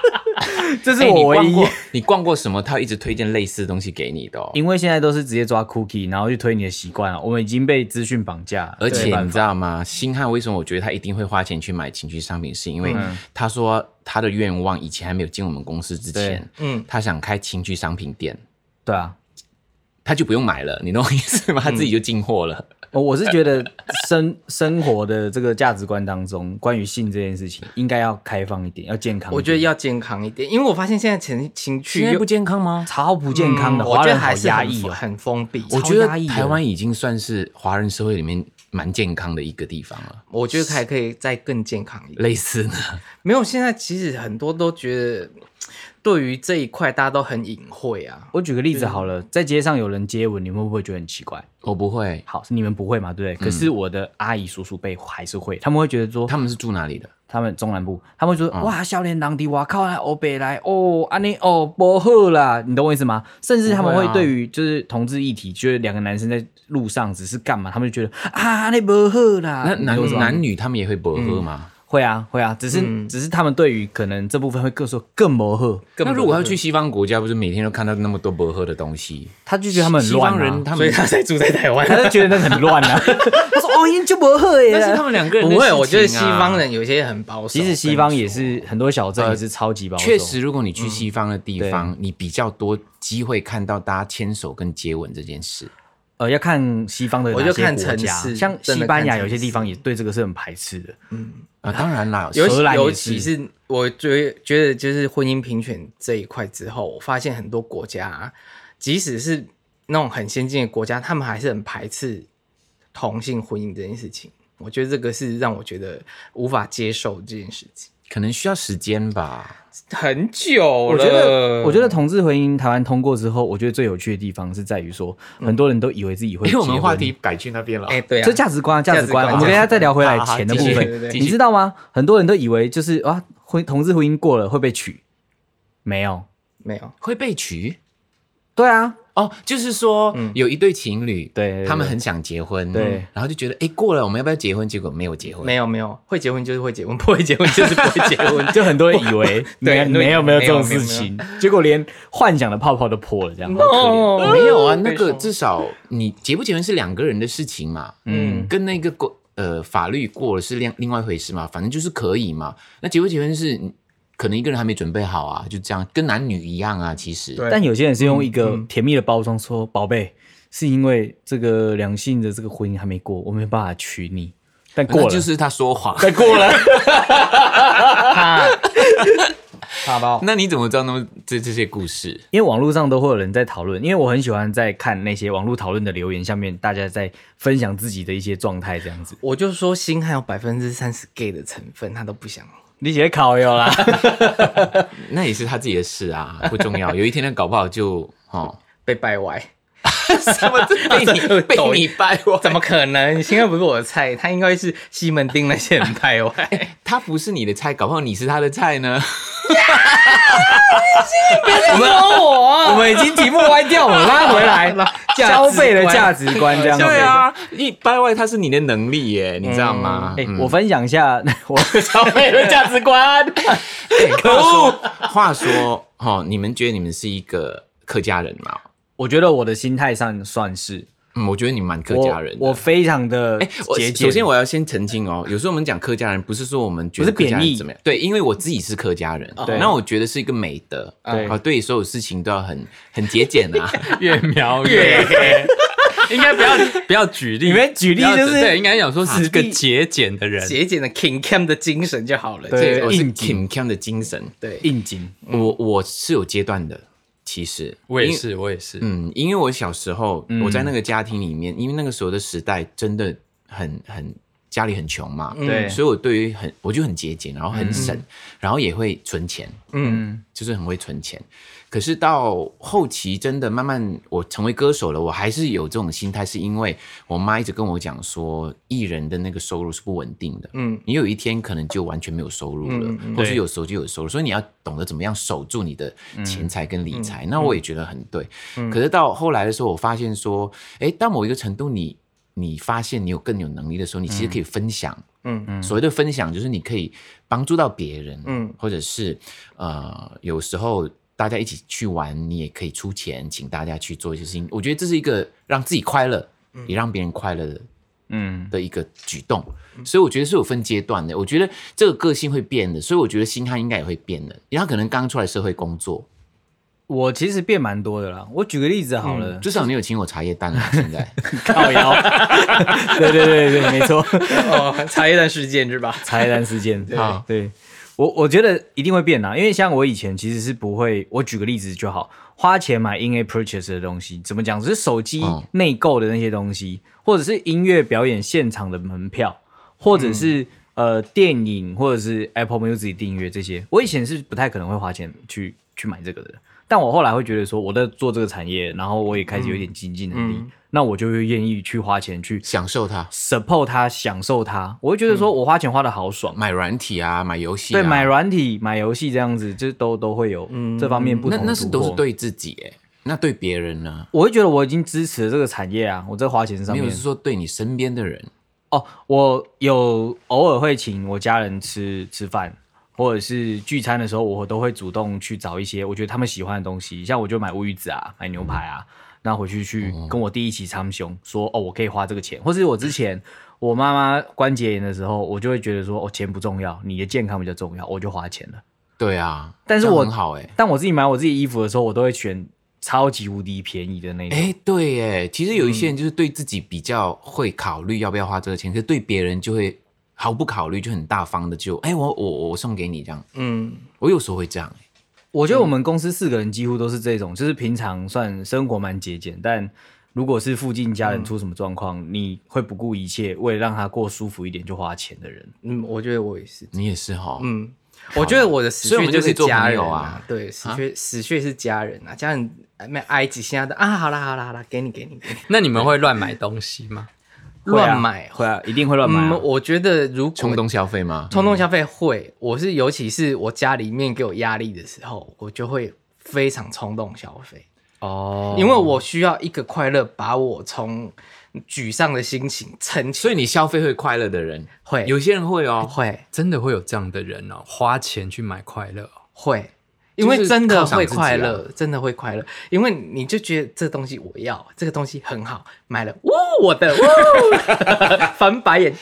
[SPEAKER 3] 这是
[SPEAKER 2] 哎你
[SPEAKER 3] 我唯
[SPEAKER 2] 逛
[SPEAKER 3] 一
[SPEAKER 2] 过，你逛过什么？他一直推荐类似的东西给你的哦。
[SPEAKER 3] 因为现在都是直接抓 cookie，然后去推你的习惯了。我们已经被资讯绑架了，
[SPEAKER 2] 而
[SPEAKER 3] 没
[SPEAKER 2] 且
[SPEAKER 3] 办
[SPEAKER 2] 你
[SPEAKER 3] 法
[SPEAKER 2] 知道吗？星汉为什么我觉得他一定会花钱去买情趣商品，是因为
[SPEAKER 3] 嗯
[SPEAKER 2] 他说他的愿望以前还没有进我们公司之前，
[SPEAKER 1] 嗯，
[SPEAKER 2] 他想开情趣商品店，
[SPEAKER 3] 对啊，
[SPEAKER 2] 他就不用买了，你懂我意思
[SPEAKER 3] 嗯
[SPEAKER 2] 吗？他自己就进货了。
[SPEAKER 3] 我我是觉得生 生活的这个价值观当中，关于性这件事情，应该要开放一点，要健康一点。
[SPEAKER 1] 我觉得要健康一点，因为我发现现在情情趣又
[SPEAKER 2] 健康吗？
[SPEAKER 3] 超不健康的，
[SPEAKER 1] 嗯
[SPEAKER 3] 华
[SPEAKER 1] 我觉
[SPEAKER 3] 人
[SPEAKER 1] 得
[SPEAKER 3] 好
[SPEAKER 1] 还是
[SPEAKER 3] 压
[SPEAKER 1] 很
[SPEAKER 3] 抑哦。
[SPEAKER 1] 很封闭。
[SPEAKER 2] 我
[SPEAKER 1] 我
[SPEAKER 2] 觉
[SPEAKER 3] 超
[SPEAKER 2] 得
[SPEAKER 3] 压抑的
[SPEAKER 2] 台湾已经算是华人社会里面蛮健康的一个地方了。
[SPEAKER 1] 我觉得还可以再更健康一点。
[SPEAKER 2] 类似呢，
[SPEAKER 1] 没有，现在其实很多都觉得对于这一块大家都很隐晦啊。
[SPEAKER 3] 我举个例子好了，在街上有人接吻，你们会不会觉得很奇怪？
[SPEAKER 2] 我不会。
[SPEAKER 3] 好，你们不会嘛，对不对？可是我的阿姨、叔叔辈还是嗯会，他嗯们会觉得说，
[SPEAKER 2] 他们是住哪里的？
[SPEAKER 3] 他们中南部，他们会说、哇，少年郎的，哇靠，来欧北啊来哦，安尼哦，不好啦，你懂我意思吗？甚至他们会啊对于就是同志议题，就是两个男生在路上只是干嘛，他们就觉得啊，那不好啦。
[SPEAKER 2] 那
[SPEAKER 3] 你懂我意
[SPEAKER 2] 男
[SPEAKER 3] 思吗
[SPEAKER 2] 男女他们也会薄荷吗？
[SPEAKER 3] 会啊会啊，只是、只是他们对于可能这部分会更说嗯更不好，
[SPEAKER 2] 那如果要去西方国家，不是每天都看到那么多薄荷的东西？
[SPEAKER 3] 他就觉得他们很
[SPEAKER 2] 西
[SPEAKER 3] 乱、
[SPEAKER 2] 方
[SPEAKER 3] 啊，
[SPEAKER 2] 人他
[SPEAKER 1] 所以
[SPEAKER 2] 们，
[SPEAKER 1] 他才住在台湾
[SPEAKER 3] 他。就觉得那很乱啊。 他说哦，因就不好 耶。
[SPEAKER 2] 但是他们两个人的
[SPEAKER 1] 不会，
[SPEAKER 2] 事情啊
[SPEAKER 1] 我觉得西方人有些很保守。
[SPEAKER 3] 其实西方也是很多小镇也是超级保守，
[SPEAKER 2] 确实，如果你去西方的地方，你比较多机会看到大家牵手跟接吻这件事。
[SPEAKER 3] 呃，要看西方的
[SPEAKER 1] 我
[SPEAKER 3] 哪
[SPEAKER 1] 就
[SPEAKER 3] 些
[SPEAKER 1] 看
[SPEAKER 3] 国
[SPEAKER 1] 城
[SPEAKER 3] 家
[SPEAKER 1] 市
[SPEAKER 3] 像
[SPEAKER 1] 真
[SPEAKER 3] 西
[SPEAKER 1] 的
[SPEAKER 3] 班
[SPEAKER 1] 看
[SPEAKER 3] 牙
[SPEAKER 1] 城
[SPEAKER 3] 有些地
[SPEAKER 1] 市
[SPEAKER 3] 方也对这个是很排斥的。
[SPEAKER 2] 啊，当然啦，
[SPEAKER 1] 尤
[SPEAKER 3] 荷
[SPEAKER 1] 其
[SPEAKER 3] 兰也
[SPEAKER 1] 尤
[SPEAKER 3] 是
[SPEAKER 1] 其是我觉觉得就是婚姻平权这一块之后，我发现很多国家啊，即使是那种很先进的国家，他们还是很排斥同性婚姻这件事情。我觉得这个是让我觉得无法接受这件事情，
[SPEAKER 2] 可能需要时间吧。
[SPEAKER 1] 很久
[SPEAKER 3] 我
[SPEAKER 1] 了。
[SPEAKER 3] 觉得，我觉得同志婚姻台湾通过之后，我觉得最有趣的地方是在于说，很多人都以为自己会
[SPEAKER 2] 因
[SPEAKER 3] 结
[SPEAKER 2] 为
[SPEAKER 3] 婚。
[SPEAKER 2] 我们话题改去那边了。
[SPEAKER 1] 哎、对啊，
[SPEAKER 3] 这价值观啊，价值观啊，
[SPEAKER 1] 价值观
[SPEAKER 3] 我们等一下再聊回来
[SPEAKER 2] 好好
[SPEAKER 3] 钱的部
[SPEAKER 2] 继续
[SPEAKER 1] 对
[SPEAKER 3] 分
[SPEAKER 1] 对，对
[SPEAKER 3] 你知道吗？很多人都以为就是啊，婚同志婚姻过了会被娶，没有，
[SPEAKER 1] 没有，
[SPEAKER 2] 会被娶
[SPEAKER 3] 对啊，
[SPEAKER 2] 哦，就是说、有一对情侣，
[SPEAKER 3] 对对对
[SPEAKER 2] 他们很想结婚，
[SPEAKER 3] 对，
[SPEAKER 2] 然后就觉得哎过了，我们要不要结婚？结果没有结婚，
[SPEAKER 1] 没有，没有，会结婚就是会结婚，不会结婚就是不会结
[SPEAKER 3] 。
[SPEAKER 1] 婚
[SPEAKER 3] 就很多人以为没有
[SPEAKER 1] 很多人
[SPEAKER 3] 没有
[SPEAKER 1] 以为
[SPEAKER 3] 没有这
[SPEAKER 1] 没有
[SPEAKER 3] 种
[SPEAKER 1] 没有
[SPEAKER 3] 事情，结果连幻想的泡泡都破了，这样好可怜。
[SPEAKER 1] 哦
[SPEAKER 2] 没有啊，那
[SPEAKER 1] 被
[SPEAKER 2] 个
[SPEAKER 1] 说
[SPEAKER 2] 至少你结不结婚是两个人的事情嘛，嗯，跟那个过呃法律过了是另另外一回事嘛，反正就是可以嘛。那结不结婚是可能一个人还没准备好啊，就这样，跟男女一样啊，其实。
[SPEAKER 5] 对
[SPEAKER 3] 但有些人是用一
[SPEAKER 2] 嗯
[SPEAKER 3] 个甜蜜的包装说：“宝贝，是因为这个两性的这个婚姻还没过，我没办法娶 你。”但过
[SPEAKER 2] 那
[SPEAKER 3] 了，
[SPEAKER 2] 就是他说谎，
[SPEAKER 3] 但过了，
[SPEAKER 1] 怕包。
[SPEAKER 2] 那你怎么知道那么这这些故事？
[SPEAKER 3] 因为网络上都会有人在讨论，因为我很喜欢在看那些网络讨论的留言下面，大家在分享自己的一些状态，这样子。
[SPEAKER 1] 我就说星汉有百分之三十 gay 的成分，他都不想。
[SPEAKER 3] 你姐考有 啦，
[SPEAKER 2] 那也是他自己的事啊，不重 要。有一天他搞不好就哦，
[SPEAKER 1] 被败歪，
[SPEAKER 2] 什么被你 被你掰我，
[SPEAKER 1] 怎么可能？星汉不是我的菜，他应该是西门町那些人败歪。
[SPEAKER 2] 他不是你的菜，搞不好你是他的菜呢？
[SPEAKER 1] 我 们我
[SPEAKER 3] 我们已经题目歪掉，我们拉回来 消费的价值观这样 子。
[SPEAKER 2] 对，啊，一掰外他是你的能力耶，你知道吗？
[SPEAKER 3] 哎、我分享一下 我的消费的价值观。
[SPEAKER 2] 可恶！哎话说，哦，你们觉得你们是一个客家人吗？
[SPEAKER 3] 我觉得我的心态上算是
[SPEAKER 2] 嗯，我觉得你蛮客家人的啊
[SPEAKER 3] 我，我非常的
[SPEAKER 2] 哎，我
[SPEAKER 3] 节俭。
[SPEAKER 2] 首先我要先澄清哦，有时候我们讲客家人，不是说我们觉得
[SPEAKER 3] 不是贬义
[SPEAKER 2] 客家人怎么样，对，因为我自己是客家人，
[SPEAKER 3] 对
[SPEAKER 2] 那我觉得是一个美德，
[SPEAKER 3] 对
[SPEAKER 2] 啊，对所有事情都要很很节俭啊，
[SPEAKER 4] 越描越黑。 应该不要不要举例，
[SPEAKER 3] 你们举例
[SPEAKER 4] 不要
[SPEAKER 3] 就是
[SPEAKER 4] 对，应该讲说是
[SPEAKER 3] 举
[SPEAKER 4] 个
[SPEAKER 3] 例
[SPEAKER 4] 节俭的人，
[SPEAKER 1] 节俭的 King Cam 的精神就好 了。
[SPEAKER 3] 对
[SPEAKER 1] 这
[SPEAKER 2] 我
[SPEAKER 1] 个
[SPEAKER 2] 是
[SPEAKER 3] 应景
[SPEAKER 2] Kim Kang 的精神，
[SPEAKER 1] 对，
[SPEAKER 3] 应景，
[SPEAKER 2] 我我是有阶段的，其实
[SPEAKER 4] 我也
[SPEAKER 2] 因
[SPEAKER 4] 是，我也是，
[SPEAKER 2] 嗯，因为我小时候
[SPEAKER 3] 嗯
[SPEAKER 2] 我在那个家庭里面，因为那个时候的时代真的很很家里很穷嘛，
[SPEAKER 3] 嗯对
[SPEAKER 2] 所以我对于很我就很节俭，然后很省，然后也会存钱，
[SPEAKER 3] 嗯，
[SPEAKER 2] 就是很会存钱。可是到后期真的慢慢我成为歌手了，我还是有这种心态，是因为我妈一直跟我讲说，艺人的那个收入是不稳定的，
[SPEAKER 1] 嗯
[SPEAKER 2] 嗯，你有一天可能就完全没有收入了，或是有时候就有收入，所以你要懂得怎么样守住你的钱财跟理财。那我也觉得很对。可是到后来的时候，我发现说，诶，到某一个程度你，你发现你有更有能力的时候，你其实可以分享。
[SPEAKER 1] 嗯
[SPEAKER 2] 所谓的分享就是你可以帮助到别人，
[SPEAKER 1] 嗯
[SPEAKER 2] 嗯，或者是呃，有时候大家一起去玩，你也可以出钱请大家去做一些事情。我觉得这是一个让自己快乐，也让别人快乐的
[SPEAKER 3] 嗯，
[SPEAKER 2] 的一个举动，所以我觉得是有分阶段的。我觉得这个个性会变的，所以我觉得星汉应该也会变的。因为他可能刚出来社会工作，
[SPEAKER 3] 我其实变蛮多的啦。我举个例子好了，
[SPEAKER 2] 至少你有请我茶叶蛋啊。现 在
[SPEAKER 3] 嗯靠腰。对对对对，没错，
[SPEAKER 1] 哦，茶叶蛋事件是吧？
[SPEAKER 3] 财单事件。
[SPEAKER 2] 好
[SPEAKER 3] 对，我我觉得一定会变啊啦，因为像我以前其实是不会，我举个例子就好，花钱买 in a purchase 的东西，怎么讲？只是手机
[SPEAKER 2] 嗯
[SPEAKER 3] 内购的那些东西，或者是音乐表演现场的门票，或者是、呃电影，或者是 Apple Music 订阅这些，我以前是不太可能会花钱去去买这个的。但我后来会觉得说，我在做这个产业，然后我也开始有点经济能力，那我就会愿意去花钱去
[SPEAKER 2] 享受它，
[SPEAKER 3] support 它，享受它。我会觉得说，我花钱花的好爽，
[SPEAKER 2] 买软体啊，买游戏、啊，嗯
[SPEAKER 3] 对，买软体、买游戏这样子，就是都都会有这方面不
[SPEAKER 2] 那
[SPEAKER 3] 同的
[SPEAKER 2] 那是
[SPEAKER 3] 突
[SPEAKER 2] 都
[SPEAKER 3] 破
[SPEAKER 2] 是。对自己哎、那对别人呢？
[SPEAKER 3] 我会觉得我已经支持了这个产业啊，我在花钱上
[SPEAKER 2] 没有
[SPEAKER 3] 面
[SPEAKER 2] 是说对你身边的人，
[SPEAKER 3] 哦，我有偶尔会请我家人吃吃饭，或者是聚餐的时候，我都会主动去找一些我觉得他们喜欢的东西，像我就买乌鱼子啊，买牛排啊，然后回去去
[SPEAKER 2] 哦
[SPEAKER 3] 跟我弟一起参雄说哦，我可以花这个钱，或是我之前。我妈妈关节炎的时候，我就会觉得说，哦，钱不重要，你的健康比较重要，我就花钱了。
[SPEAKER 2] 对啊，
[SPEAKER 3] 但是
[SPEAKER 2] 这样
[SPEAKER 3] 我
[SPEAKER 2] 很好哎、
[SPEAKER 3] 但我自己买我自己衣服的时候，我都会选超级无敌便宜的那种。
[SPEAKER 2] 哎、对耶，其实有一些
[SPEAKER 3] 嗯
[SPEAKER 2] 人就是对自己比较会考虑要不要花这个钱，可是对别人就会毫不考虑，就很大方的就，哎、我我我送给你这样。
[SPEAKER 1] 嗯，
[SPEAKER 2] 我有时候会这样，
[SPEAKER 3] 我觉得我们公司四个人几乎都是这种，就是平常算生活蛮节俭，但如果是附近家人出什么状况，你会不顾一切，为了让他过舒服一点就花钱的人。
[SPEAKER 1] 嗯，我觉得我也是。
[SPEAKER 2] 你也是哈、
[SPEAKER 1] 嗯，我觉得我的死
[SPEAKER 2] 所以我
[SPEAKER 1] 穴
[SPEAKER 2] 们就可
[SPEAKER 1] 是
[SPEAKER 2] 以做
[SPEAKER 1] 家
[SPEAKER 2] 朋
[SPEAKER 1] 人
[SPEAKER 2] 友
[SPEAKER 1] 啊
[SPEAKER 2] 啊，
[SPEAKER 1] 对，死穴死穴是家人啊，家人没埃及现在的啊，好啦好啦好啦，给你给你给你，
[SPEAKER 4] 那你们会乱买东西吗？
[SPEAKER 3] 会啊
[SPEAKER 1] 乱买
[SPEAKER 3] 会啊，一定会乱买啊、
[SPEAKER 1] 嗯，我觉得如果
[SPEAKER 2] 冲动消费吗？
[SPEAKER 1] 冲动消费会，我是尤其是我家里面给我压力的时候，我就会非常冲动消费，
[SPEAKER 3] 哦，
[SPEAKER 1] 因为我需要一个快乐把我从沮丧的心情撑起
[SPEAKER 2] 所以你消费会快乐的人，
[SPEAKER 1] 会
[SPEAKER 2] 有些人会哦。
[SPEAKER 1] 会
[SPEAKER 4] 真的会有这样的人哦，花钱去买快乐哦、
[SPEAKER 1] 会，因为
[SPEAKER 2] 就是
[SPEAKER 1] 真的
[SPEAKER 2] 犒赏
[SPEAKER 1] 会
[SPEAKER 2] 自己
[SPEAKER 1] 快
[SPEAKER 2] 啊
[SPEAKER 1] 乐，真的会快乐，因为你就觉得这个东西我要，这个东西很好，买了，哇，我 的，哇，翻白眼，哇，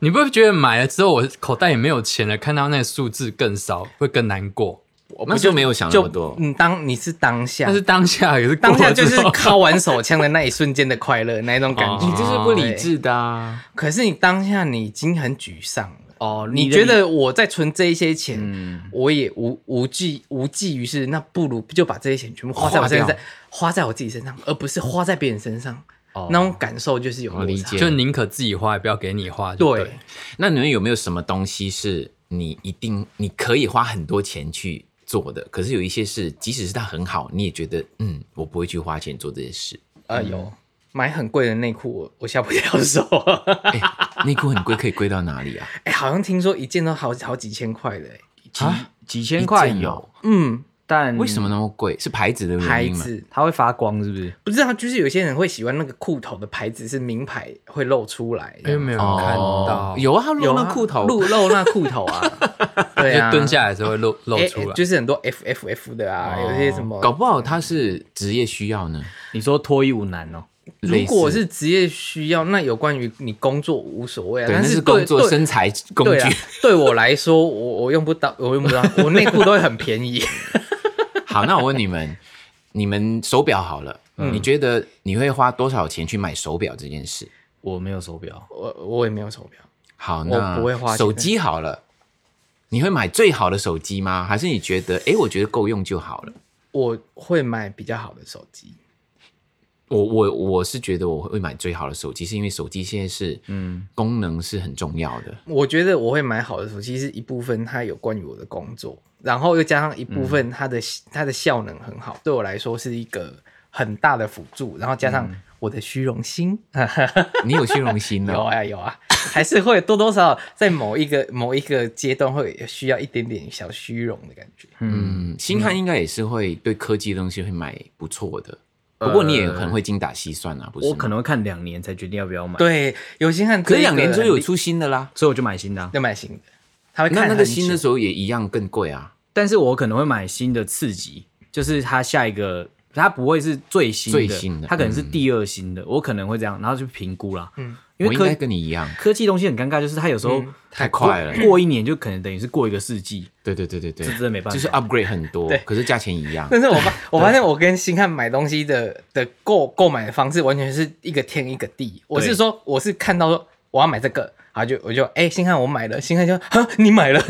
[SPEAKER 4] 你不会觉得买了之后我口袋也没有钱了，看到那个数字更少，会更难过？
[SPEAKER 2] 我那时候没有想那么多
[SPEAKER 1] 就，你当你是当下，
[SPEAKER 4] 但是当下也是过
[SPEAKER 1] 当
[SPEAKER 4] 了
[SPEAKER 1] 下 就是
[SPEAKER 4] 之后
[SPEAKER 1] 敲完手枪的那一瞬间的快乐那一种感觉，
[SPEAKER 2] 哦你这是不理智的啊！
[SPEAKER 1] 可是你当下你已经很沮丧了。
[SPEAKER 3] 哦
[SPEAKER 1] 你觉得我在存这一些钱，
[SPEAKER 3] 嗯
[SPEAKER 1] 我也无无济无济于事，那不如就把这些钱全部花在我身
[SPEAKER 2] 花
[SPEAKER 1] 上
[SPEAKER 2] 掉，
[SPEAKER 1] 花在我自己身上，而不是花在别人身上。
[SPEAKER 3] 哦
[SPEAKER 1] 那种感受就是有
[SPEAKER 2] 我理
[SPEAKER 1] 落差
[SPEAKER 2] 解
[SPEAKER 4] 就宁可自己花，也不要给你花。就
[SPEAKER 1] 对
[SPEAKER 4] 对，，
[SPEAKER 2] 那你们有没有什么东西是你一定你可以花很多钱去做的？可是有一些事，即使是它很好，你也觉得嗯，我不会去花钱做这些 事。
[SPEAKER 1] 呃，有买很贵的内裤，我我下不了手。
[SPEAKER 2] 哎，内裤很贵，可以贵到哪 里啊？
[SPEAKER 1] 哎，好像听说一件都好好几千块的，哎
[SPEAKER 3] 几
[SPEAKER 2] 啊
[SPEAKER 3] 几千块
[SPEAKER 2] 一件
[SPEAKER 3] 有
[SPEAKER 2] 哦，
[SPEAKER 1] 嗯，
[SPEAKER 3] 但
[SPEAKER 2] 为什么那么贵？是牌子的原
[SPEAKER 1] 牌
[SPEAKER 2] 因吗？
[SPEAKER 1] 子
[SPEAKER 3] 它会发光？是不是？
[SPEAKER 1] 不知道，就是有些人会喜欢那个裤头的牌子是名牌会露出来
[SPEAKER 4] 因为
[SPEAKER 1] 的，
[SPEAKER 4] 没有人看
[SPEAKER 2] 哦
[SPEAKER 4] 到，，
[SPEAKER 2] 有啊，他露
[SPEAKER 1] 有啊
[SPEAKER 2] 那裤头，
[SPEAKER 1] 露露那裤头 啊，对啊，
[SPEAKER 4] 就蹲下来的时候会露露
[SPEAKER 1] 哎
[SPEAKER 4] 出来。
[SPEAKER 1] 就是很多 F F F 的啊，有些什么
[SPEAKER 2] 哦搞不好他是职业需要呢。
[SPEAKER 3] 你说脱衣舞男哦，
[SPEAKER 1] 如果
[SPEAKER 2] 类似
[SPEAKER 1] 是职业需要，那有关于你工作无所谓啊，
[SPEAKER 2] 对，
[SPEAKER 1] 但
[SPEAKER 2] 那是
[SPEAKER 1] 对
[SPEAKER 2] 工作
[SPEAKER 1] 对
[SPEAKER 2] 身材工
[SPEAKER 1] 对啊
[SPEAKER 2] 具。，
[SPEAKER 1] 对我来说，我我用不到，我 用不到，我内裤都会很便宜。
[SPEAKER 2] 好，那我问你们， 你们手表好了，
[SPEAKER 1] 嗯
[SPEAKER 2] 你觉得你会花多少钱去买手表这件事？
[SPEAKER 3] 我没有手表，
[SPEAKER 1] 我我也没有手表，
[SPEAKER 2] 好，
[SPEAKER 1] 我
[SPEAKER 2] 那
[SPEAKER 1] 不会花钱
[SPEAKER 2] 手机好了，你会买最好的手机吗？还是你觉得，哎，我觉得够用就好了？
[SPEAKER 1] 我会买比较好的手机。
[SPEAKER 2] 我我我是觉得我会买最好的手机，是因为手机现在是嗯功能是很重要的。
[SPEAKER 1] 我觉得我会买好的手机是一部分，它有关于我的工作，然后又加上一部分它
[SPEAKER 2] 嗯
[SPEAKER 1] 的、它的效能很好，对我来说是一个很大的辅助，然后加
[SPEAKER 2] 嗯
[SPEAKER 1] 上我的虚荣心，
[SPEAKER 2] 你有虚荣心
[SPEAKER 1] 有
[SPEAKER 2] 呢？
[SPEAKER 1] 啊有啊，还是会多多少少在某一个 某一个阶段会需要一点点小虚荣的感觉。
[SPEAKER 2] 嗯，星汉应该也是会对科技的东西会买不错的，
[SPEAKER 1] 呃
[SPEAKER 2] 不过你也很会精打细算啊，不是吗？
[SPEAKER 3] 我可能会看两年才决定要不要买，，
[SPEAKER 1] 对，有心看，
[SPEAKER 2] 可是两年之后有出新的啦，
[SPEAKER 3] 所以我就买新的啊。
[SPEAKER 1] 要买新的，他会看
[SPEAKER 2] 那那
[SPEAKER 1] 很
[SPEAKER 2] 个新的
[SPEAKER 1] 久
[SPEAKER 2] 时候也一样更贵啊。
[SPEAKER 3] 但是我可能会买新的刺激，就是它下一个，它不会是最新的，
[SPEAKER 2] 最新的嗯
[SPEAKER 3] 它可能是第二新的，我可能会这样，然后去评估啦。嗯，因
[SPEAKER 2] 我
[SPEAKER 3] 为
[SPEAKER 2] 应该
[SPEAKER 3] 科
[SPEAKER 2] 跟你一样，
[SPEAKER 3] 科技东西很尴尬，就是它有时
[SPEAKER 1] 嗯
[SPEAKER 3] 候
[SPEAKER 2] 太快了。
[SPEAKER 3] 过一年就可能等于是过一个世纪，
[SPEAKER 2] 对对对对对，
[SPEAKER 3] 这真的没办法
[SPEAKER 2] 就是 upgrade 很多
[SPEAKER 1] 对，
[SPEAKER 2] 可是价钱一样。
[SPEAKER 1] 但是我发我发现我跟星汉买东西的的购购买的方式完全是一个天一个地。我是说，我是看到说我要买这个，然后就我就哎、星汉我买了，星汉就哈你买了，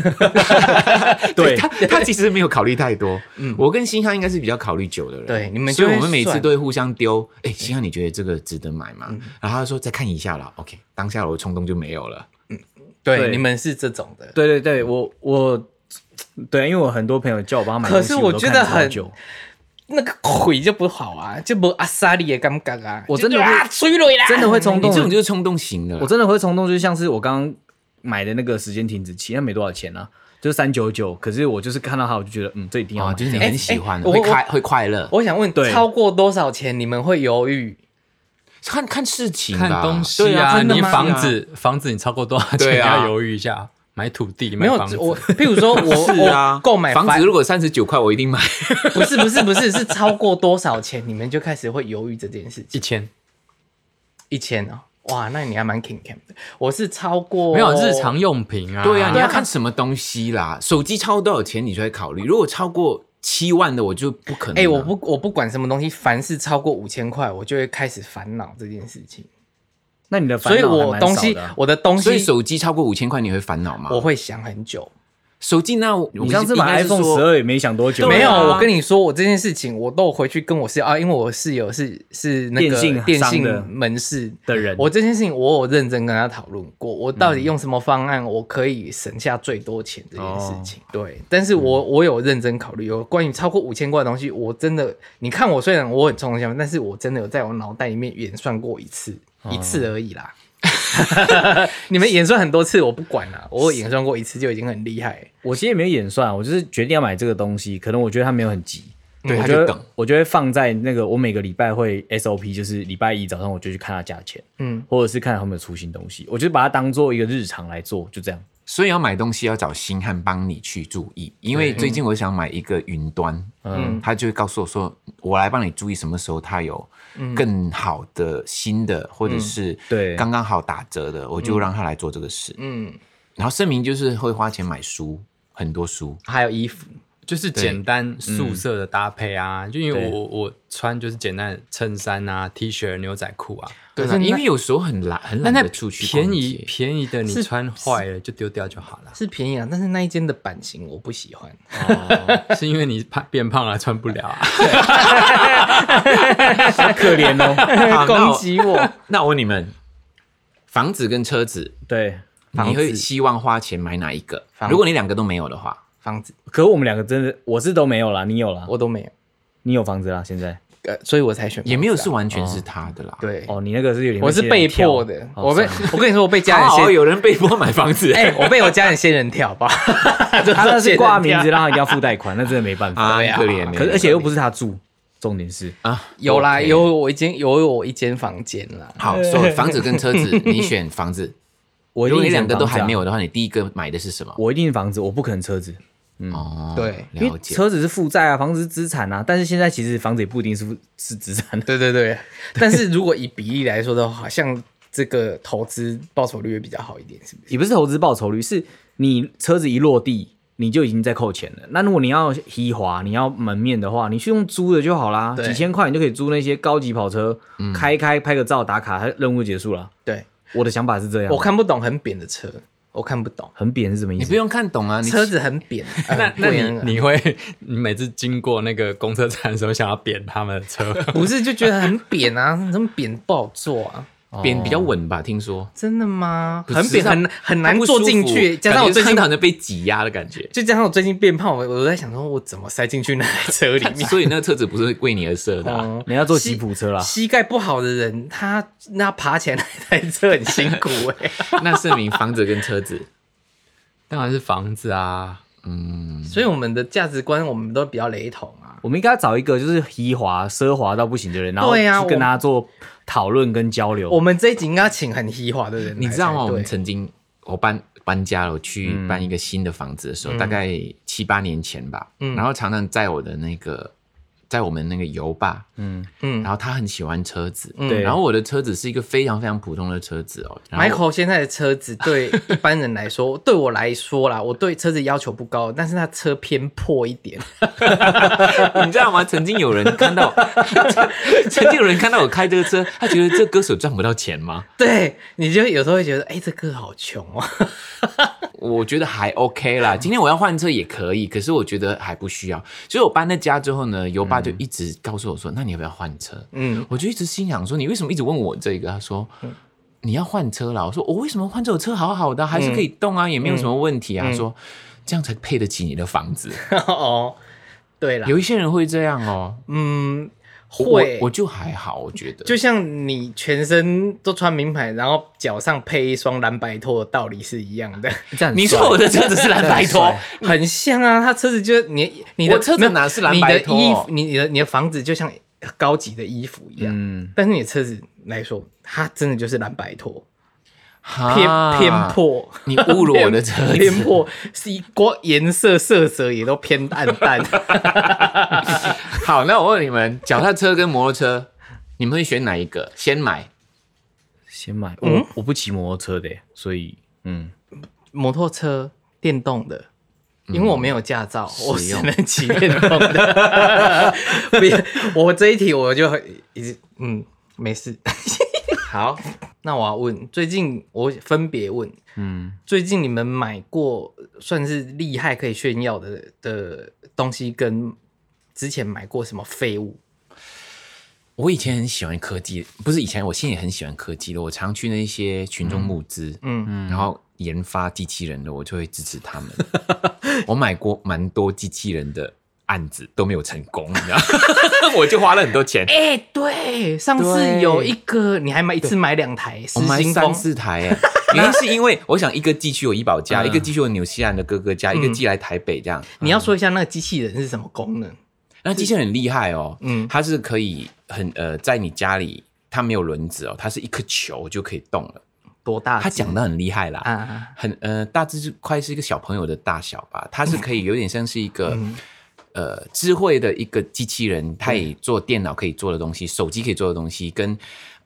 [SPEAKER 3] 对
[SPEAKER 2] 他他其实没有考虑太多。嗯，我跟星汉应该是比较考虑久的人。哦
[SPEAKER 1] 对你们就
[SPEAKER 2] 所
[SPEAKER 1] 会
[SPEAKER 2] 以我们每次
[SPEAKER 1] 算
[SPEAKER 2] 都会互相丢。哎，星汉，你觉得这个值得买吗？然后他说再看一下啦。OK，当下我的冲动就没有了。
[SPEAKER 1] 对，
[SPEAKER 3] 对
[SPEAKER 1] 你们是这种的。
[SPEAKER 3] 对对对，我我对，因为我很多朋友叫我帮他买东
[SPEAKER 1] 可
[SPEAKER 3] 西，
[SPEAKER 1] 是
[SPEAKER 3] 我
[SPEAKER 1] 我
[SPEAKER 3] 都
[SPEAKER 1] 觉
[SPEAKER 3] 看
[SPEAKER 1] 得
[SPEAKER 3] 了超
[SPEAKER 1] 很
[SPEAKER 3] 久
[SPEAKER 1] 那个腿就不好啊，就不阿莎莉的感觉啊，
[SPEAKER 3] 我真的
[SPEAKER 1] 就
[SPEAKER 3] 会
[SPEAKER 1] 啊催泪啦，
[SPEAKER 3] 真的会冲
[SPEAKER 2] 你
[SPEAKER 3] 动
[SPEAKER 2] 这，种就是冲动型的。
[SPEAKER 3] 我真的会冲动，就像是我刚刚买的那个时间停止器，那没多少钱啊，就是三九九，可是我就是看到它，我就觉得嗯，这一定要
[SPEAKER 2] 啊，
[SPEAKER 3] 买，
[SPEAKER 2] 就是你
[SPEAKER 1] 哎
[SPEAKER 2] 很喜欢，
[SPEAKER 1] 哎
[SPEAKER 2] 会
[SPEAKER 1] 我
[SPEAKER 2] 快会快乐。
[SPEAKER 1] 我想问，
[SPEAKER 3] 对
[SPEAKER 1] 超过多少钱你们会犹豫？
[SPEAKER 2] 看看事情吧，
[SPEAKER 4] 看东西
[SPEAKER 2] 对啊，
[SPEAKER 1] 真的
[SPEAKER 4] 你
[SPEAKER 1] 吗
[SPEAKER 4] 房子房子你超过多少钱
[SPEAKER 2] 对啊
[SPEAKER 4] 要犹豫一下，买土地
[SPEAKER 1] 没
[SPEAKER 4] 买
[SPEAKER 1] 有
[SPEAKER 4] 房子。
[SPEAKER 1] 我，譬如说我
[SPEAKER 2] 是啊
[SPEAKER 1] 我，购买
[SPEAKER 2] 房
[SPEAKER 1] 房
[SPEAKER 2] 子如果三十九块，我一定买。
[SPEAKER 1] 不是不是不是是超过多少钱你们就开始会犹豫这件事情
[SPEAKER 4] 一？千
[SPEAKER 1] 一千哦，哇，那你还蛮 king cam 的。我是超过
[SPEAKER 4] 没有日常用品啊，
[SPEAKER 2] 对啊，你
[SPEAKER 1] 哦对啊
[SPEAKER 2] 要看什么东西啦。手机超过多少钱，你就会考虑。如果超过七万的，我就不可能啊。
[SPEAKER 1] 哎、我不我不管什么东西，凡是超过五千块，我就会开始烦恼这件事情。
[SPEAKER 3] 那你的烦
[SPEAKER 1] 所以
[SPEAKER 3] 恼还
[SPEAKER 1] 我
[SPEAKER 3] 蛮
[SPEAKER 1] 东
[SPEAKER 3] 少
[SPEAKER 1] 西
[SPEAKER 3] 的啊
[SPEAKER 1] 我的东
[SPEAKER 2] 所以
[SPEAKER 1] 西
[SPEAKER 2] 手机超过五千块，你会烦恼吗？
[SPEAKER 1] 我会想很久。
[SPEAKER 2] 手机那我
[SPEAKER 3] 你上次买 iPhone 十，二也没想多久啊，
[SPEAKER 1] 没有，
[SPEAKER 2] 对啊
[SPEAKER 1] 我跟你说，我这件事情我都有回去跟我室友啊，因为我室友是是那个
[SPEAKER 3] 电信
[SPEAKER 1] 电
[SPEAKER 3] 商
[SPEAKER 1] 信
[SPEAKER 3] 的
[SPEAKER 1] 门市
[SPEAKER 3] 的人
[SPEAKER 1] 我这件事情我有认真跟他讨论过，我到底用什么方案我可以省下最多钱这件事情。对，但是我哦嗯我有认真考虑，有关于超过五千块的东西，我真的，你看我虽然我很冲动，但是我真的有在我脑袋里面演算过一次，哦一次而已啦。 你们演算很多次，我不管啦，我有演算过一次就已经很厉害了。
[SPEAKER 3] 我其实也没有演算，啊我就是决定要买这个东西，可能我觉得它没有很急，
[SPEAKER 2] 对，
[SPEAKER 3] 我
[SPEAKER 2] 他
[SPEAKER 3] 觉
[SPEAKER 2] 就
[SPEAKER 3] 得
[SPEAKER 2] 等。
[SPEAKER 3] 我就会放在那个我每个礼拜会 SOP，就是礼拜一早上我就去看它价钱，
[SPEAKER 1] 嗯
[SPEAKER 3] 嗯，或者是看它有没有出新东西，我就把它当做一个日常来做，就这样。
[SPEAKER 2] 所以要买东西要找星汉帮你去注意，因为最近我想买一个云端，
[SPEAKER 1] 嗯
[SPEAKER 2] 嗯，他就会告诉我说，我来帮你注意什么时候它有更好的新的，或者是
[SPEAKER 3] 对
[SPEAKER 2] 刚刚好打折的，我就让他来做这个事。
[SPEAKER 1] 嗯，
[SPEAKER 2] 然后盛明就是会花钱买书，很多书，
[SPEAKER 1] 还有衣服，
[SPEAKER 4] 就是简单素色的搭配啊，就因为我我穿就是简单的衬衫啊、T 恤、牛仔裤啊，
[SPEAKER 2] 对
[SPEAKER 1] 可是
[SPEAKER 2] 啦，
[SPEAKER 1] 那
[SPEAKER 2] 因为有时候很懒，很懒得出去
[SPEAKER 4] 便
[SPEAKER 2] 逛街
[SPEAKER 4] 宜便宜的
[SPEAKER 1] 是。
[SPEAKER 4] 你穿坏了就丢掉就好了
[SPEAKER 1] 是便宜啊，但是那一间的版型我不喜 欢。
[SPEAKER 4] 哦， 是因为你胖变胖了穿不了啊？
[SPEAKER 3] 可怜哦。
[SPEAKER 2] 好那
[SPEAKER 1] 攻
[SPEAKER 2] 我
[SPEAKER 1] 击我，
[SPEAKER 2] 那我问你们，房子跟车子，
[SPEAKER 3] 对，
[SPEAKER 1] 房
[SPEAKER 2] 你
[SPEAKER 1] 子
[SPEAKER 2] 会希望花钱买哪一个
[SPEAKER 1] 房？
[SPEAKER 2] 如果你两个都没有的话，
[SPEAKER 1] 房子
[SPEAKER 3] 可我们两个真的，我是都没有啦，你有啦，
[SPEAKER 1] 我都没有，
[SPEAKER 3] 你有房子啦，现在
[SPEAKER 1] 呃，所以我才选房子啊。
[SPEAKER 2] 也没有是完全是他的啦。，
[SPEAKER 1] 对，
[SPEAKER 3] 哦，你那个是有点，
[SPEAKER 1] 我是被迫的，
[SPEAKER 3] 哦
[SPEAKER 1] 我被我跟你说，我被家人
[SPEAKER 2] 刚好
[SPEAKER 1] 先。
[SPEAKER 2] 有人被迫买房子
[SPEAKER 1] 哎，我被我家人仙人跳吧，
[SPEAKER 3] 他那是 挂名字，
[SPEAKER 1] 了。
[SPEAKER 3] 然后一定要付贷款，那真的没办法。
[SPEAKER 2] 啊，很可怜欸。
[SPEAKER 3] 可是而且又不是他住，重点是
[SPEAKER 2] 啊，
[SPEAKER 1] 有啦，
[SPEAKER 2] OK
[SPEAKER 1] 有我一间，有我一间房间啦。
[SPEAKER 2] 好，所以房子跟车 子，你选房子。
[SPEAKER 3] 我一
[SPEAKER 2] 如
[SPEAKER 3] 定
[SPEAKER 2] 果你
[SPEAKER 3] 是
[SPEAKER 2] 两个
[SPEAKER 3] 房
[SPEAKER 2] 都
[SPEAKER 3] 子啊
[SPEAKER 2] 还没，有的话，你第一个买的是什么？
[SPEAKER 3] 我一定是房子，我不可能车子，
[SPEAKER 2] 哦，
[SPEAKER 1] 嗯对
[SPEAKER 3] 因
[SPEAKER 2] 了
[SPEAKER 3] 为
[SPEAKER 2] 解。
[SPEAKER 3] 车子是负债啊，房子是资产啊。但是现在其实房子也不一定是负是资产的，
[SPEAKER 1] 对对对，但是如果以比例来说的话，像这个投资报酬率会比较好一点，是不是？
[SPEAKER 3] 也不是投资报酬率，是你车子一落地。你就已经在扣钱了。那如果你要移华，你要门面的话，你去用租的就好啦，
[SPEAKER 1] 对
[SPEAKER 3] 几千块你就可以租那些高级跑车，
[SPEAKER 2] 嗯
[SPEAKER 3] 开一开拍个照打卡，任务结束了。
[SPEAKER 1] 对，
[SPEAKER 3] 我的想法是这样，
[SPEAKER 1] 我看不懂很扁的车，我看不懂，
[SPEAKER 3] 很扁是什么意
[SPEAKER 2] 你
[SPEAKER 3] 思
[SPEAKER 2] 不？用看懂啊，你
[SPEAKER 1] 车子很扁。呃
[SPEAKER 4] 那那
[SPEAKER 1] 贵
[SPEAKER 4] 你
[SPEAKER 1] 啊
[SPEAKER 4] 你会你每次经过那个公车站的时候，想要扁他们的车？
[SPEAKER 1] 不是就觉得很扁啊？怎么扁不好坐啊？
[SPEAKER 2] 扁比较稳吧？听说
[SPEAKER 1] 真的吗？
[SPEAKER 2] 不是
[SPEAKER 1] 很扁，
[SPEAKER 2] 是
[SPEAKER 1] 很很哦难
[SPEAKER 2] 它不舒
[SPEAKER 1] 坐
[SPEAKER 2] 服
[SPEAKER 1] 进去，加上
[SPEAKER 2] 感
[SPEAKER 1] 我
[SPEAKER 2] 觉
[SPEAKER 1] 最近
[SPEAKER 2] 看到好像被挤压的感 觉。
[SPEAKER 1] 就加上我最近变胖，我我在想说，我怎么塞进去那台车里面？
[SPEAKER 2] 所以那个车子 不是为你而设的啊。
[SPEAKER 1] 哦
[SPEAKER 3] 你要坐吉普车啦，
[SPEAKER 1] 膝盖不好的人，他那爬起来那台车很辛苦哎、
[SPEAKER 2] 那证明房子跟车子，
[SPEAKER 4] 当然是房子啊，
[SPEAKER 2] 嗯，
[SPEAKER 1] 所以我们的价值观我们都比较雷同啊。
[SPEAKER 3] 我们应该找一个就是移华奢华到不行的人，然后
[SPEAKER 1] 对啊
[SPEAKER 3] 去跟他做讨论跟交流。
[SPEAKER 1] 我们这一集应该请很嘻化的人来才对，嗯
[SPEAKER 2] 你知道吗？我们曾经我搬搬家了，我去搬一个新的房子的时候，大概七八年前吧。
[SPEAKER 1] 嗯
[SPEAKER 2] 然后常常在我的那个，在我们那个油吧，
[SPEAKER 3] 嗯，
[SPEAKER 1] 嗯
[SPEAKER 2] 然后他很喜欢车子，
[SPEAKER 1] 嗯
[SPEAKER 3] 对
[SPEAKER 2] 然后我的车子是一个非常非常普通的车子哦。然后
[SPEAKER 1] ，Michael 现在的车子对一般人来说， 对我来说啦，我对车子要求不高，但是他车偏破一点，
[SPEAKER 2] 你知道吗？曾经有人看到， 曾经有人看到我开这个车，他觉得这歌手赚不到钱吗？
[SPEAKER 1] 对你就有时候会觉得，哎、这个好穷哦、
[SPEAKER 2] 我觉得还 OK 啦。今天我要换车也可以，可是我觉得还不需要。所以我搬了家之后呢，尤爸就一直告诉我说：“那你要不要换车？”
[SPEAKER 1] 嗯
[SPEAKER 2] 嗯，我就一直心想说：“你为什么一直问我这个？”他说：“你要换车啦。”我说：“我为什么换这种车好好的啊，还是可以动啊，也没有什么问题啊。他说：“这样才配得起你的房子。
[SPEAKER 1] 哦，对啦，
[SPEAKER 2] 有一些人会这样哦，
[SPEAKER 1] 嗯，
[SPEAKER 2] 我我
[SPEAKER 1] 会，
[SPEAKER 2] 我就还好，我觉得
[SPEAKER 1] 就像你全身都穿名牌，然后脚上配一双蓝白拖的道理是一样 的，
[SPEAKER 3] 这样很
[SPEAKER 2] 你说
[SPEAKER 3] 帅
[SPEAKER 2] 我的车子 是蓝白拖，
[SPEAKER 1] 很像啊。他车子就是你你的
[SPEAKER 2] 我车子
[SPEAKER 1] 没有
[SPEAKER 2] 哪是蓝白拖
[SPEAKER 1] 你的衣服，你你的你的房子就像高级的衣服一样，
[SPEAKER 3] 嗯，
[SPEAKER 1] 但是你的车子来说，它真的就是蓝白拖，偏、
[SPEAKER 2] 啊哈
[SPEAKER 1] 偏， 破。
[SPEAKER 2] 你侮辱我的车 子，
[SPEAKER 1] 偏破，是一光颜色色泽也都偏暗 淡。
[SPEAKER 2] 好，那我问你们，脚踏车跟摩托车，你们会选哪一个？先买？
[SPEAKER 3] 先买。
[SPEAKER 2] 嗯
[SPEAKER 3] 我我不骑摩托车的耶，所以嗯，
[SPEAKER 1] 摩托车电动的，因为我没有驾照，我
[SPEAKER 2] 嗯实
[SPEAKER 1] 只
[SPEAKER 2] 用
[SPEAKER 1] 能骑电动的。 别，我这一题我就已经嗯没 事。好，那我要问，最近我分别问，嗯，最近你们买过算是厉害可以炫耀的的东西，跟之前买过什么废物？
[SPEAKER 2] 我以前很喜欢科技，不是以前，我现在也很喜欢科技的。我常去那些群众募资，
[SPEAKER 1] 嗯
[SPEAKER 2] 嗯嗯，然后研发机器人的，我就会支持 他们。我买过蛮多机器人的案子都没有成功，你知道， 我就花了很多钱。
[SPEAKER 1] 哎、对，上次
[SPEAKER 2] 对
[SPEAKER 1] 有一个你还买一次买两台实
[SPEAKER 2] 我买
[SPEAKER 1] 心
[SPEAKER 2] 三
[SPEAKER 1] 风，
[SPEAKER 2] 四台哎、原因是因为我想一个寄去我怡保家，一个寄去我纽西兰的哥哥家，一个寄来台北这样。
[SPEAKER 1] 你要说一下那个机器人是什么功能？
[SPEAKER 2] 那机器人很厉害哦，
[SPEAKER 1] 嗯
[SPEAKER 2] 嗯，它是可以很呃，在你家里它没有轮子哦，它是一颗球就可以动了。
[SPEAKER 1] 多大只？
[SPEAKER 2] 他讲的很厉害啦，
[SPEAKER 1] 啊，
[SPEAKER 2] 很呃，大致是快是一个小朋友的大小吧，它是可以有点像是一个、
[SPEAKER 1] 嗯
[SPEAKER 2] 呃智慧的一个机器人，它也做电脑可以做的东西，手机可以做的东西，跟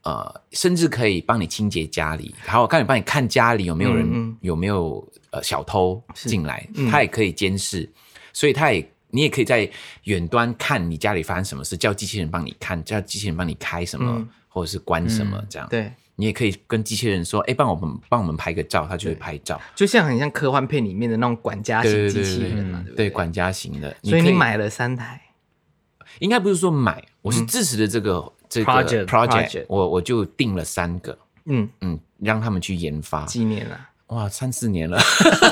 [SPEAKER 2] 呃甚至可以帮你清洁家里，还有帮你帮你看家里有没有人、
[SPEAKER 1] 嗯嗯
[SPEAKER 2] 有没有呃小偷进来，
[SPEAKER 1] 嗯
[SPEAKER 2] 它也可以监视，所以它也。你也可以在远端看你家里发生什么事，叫机器人帮你看，叫机器人帮你开什么，
[SPEAKER 1] 嗯
[SPEAKER 2] 或者是关什么，这样。
[SPEAKER 1] 对，
[SPEAKER 2] 你也可以跟机器人说：“哎、帮我们帮我们拍个照。”它就会拍照。
[SPEAKER 1] 就像很像科幻片里面的那种管家型
[SPEAKER 2] 对对
[SPEAKER 1] 机
[SPEAKER 2] 对
[SPEAKER 1] 器人嘛，对
[SPEAKER 2] 对
[SPEAKER 1] 不对？
[SPEAKER 2] 管家型的，
[SPEAKER 1] 所以
[SPEAKER 2] 可
[SPEAKER 1] 你买了三台，
[SPEAKER 2] 应该不是说买，我是支持的这个、这个
[SPEAKER 3] Project-
[SPEAKER 1] project
[SPEAKER 2] 我我就定了三个，
[SPEAKER 1] 嗯，
[SPEAKER 2] 嗯，让他们去研发。
[SPEAKER 1] 几年了？
[SPEAKER 2] 哇，三四年了，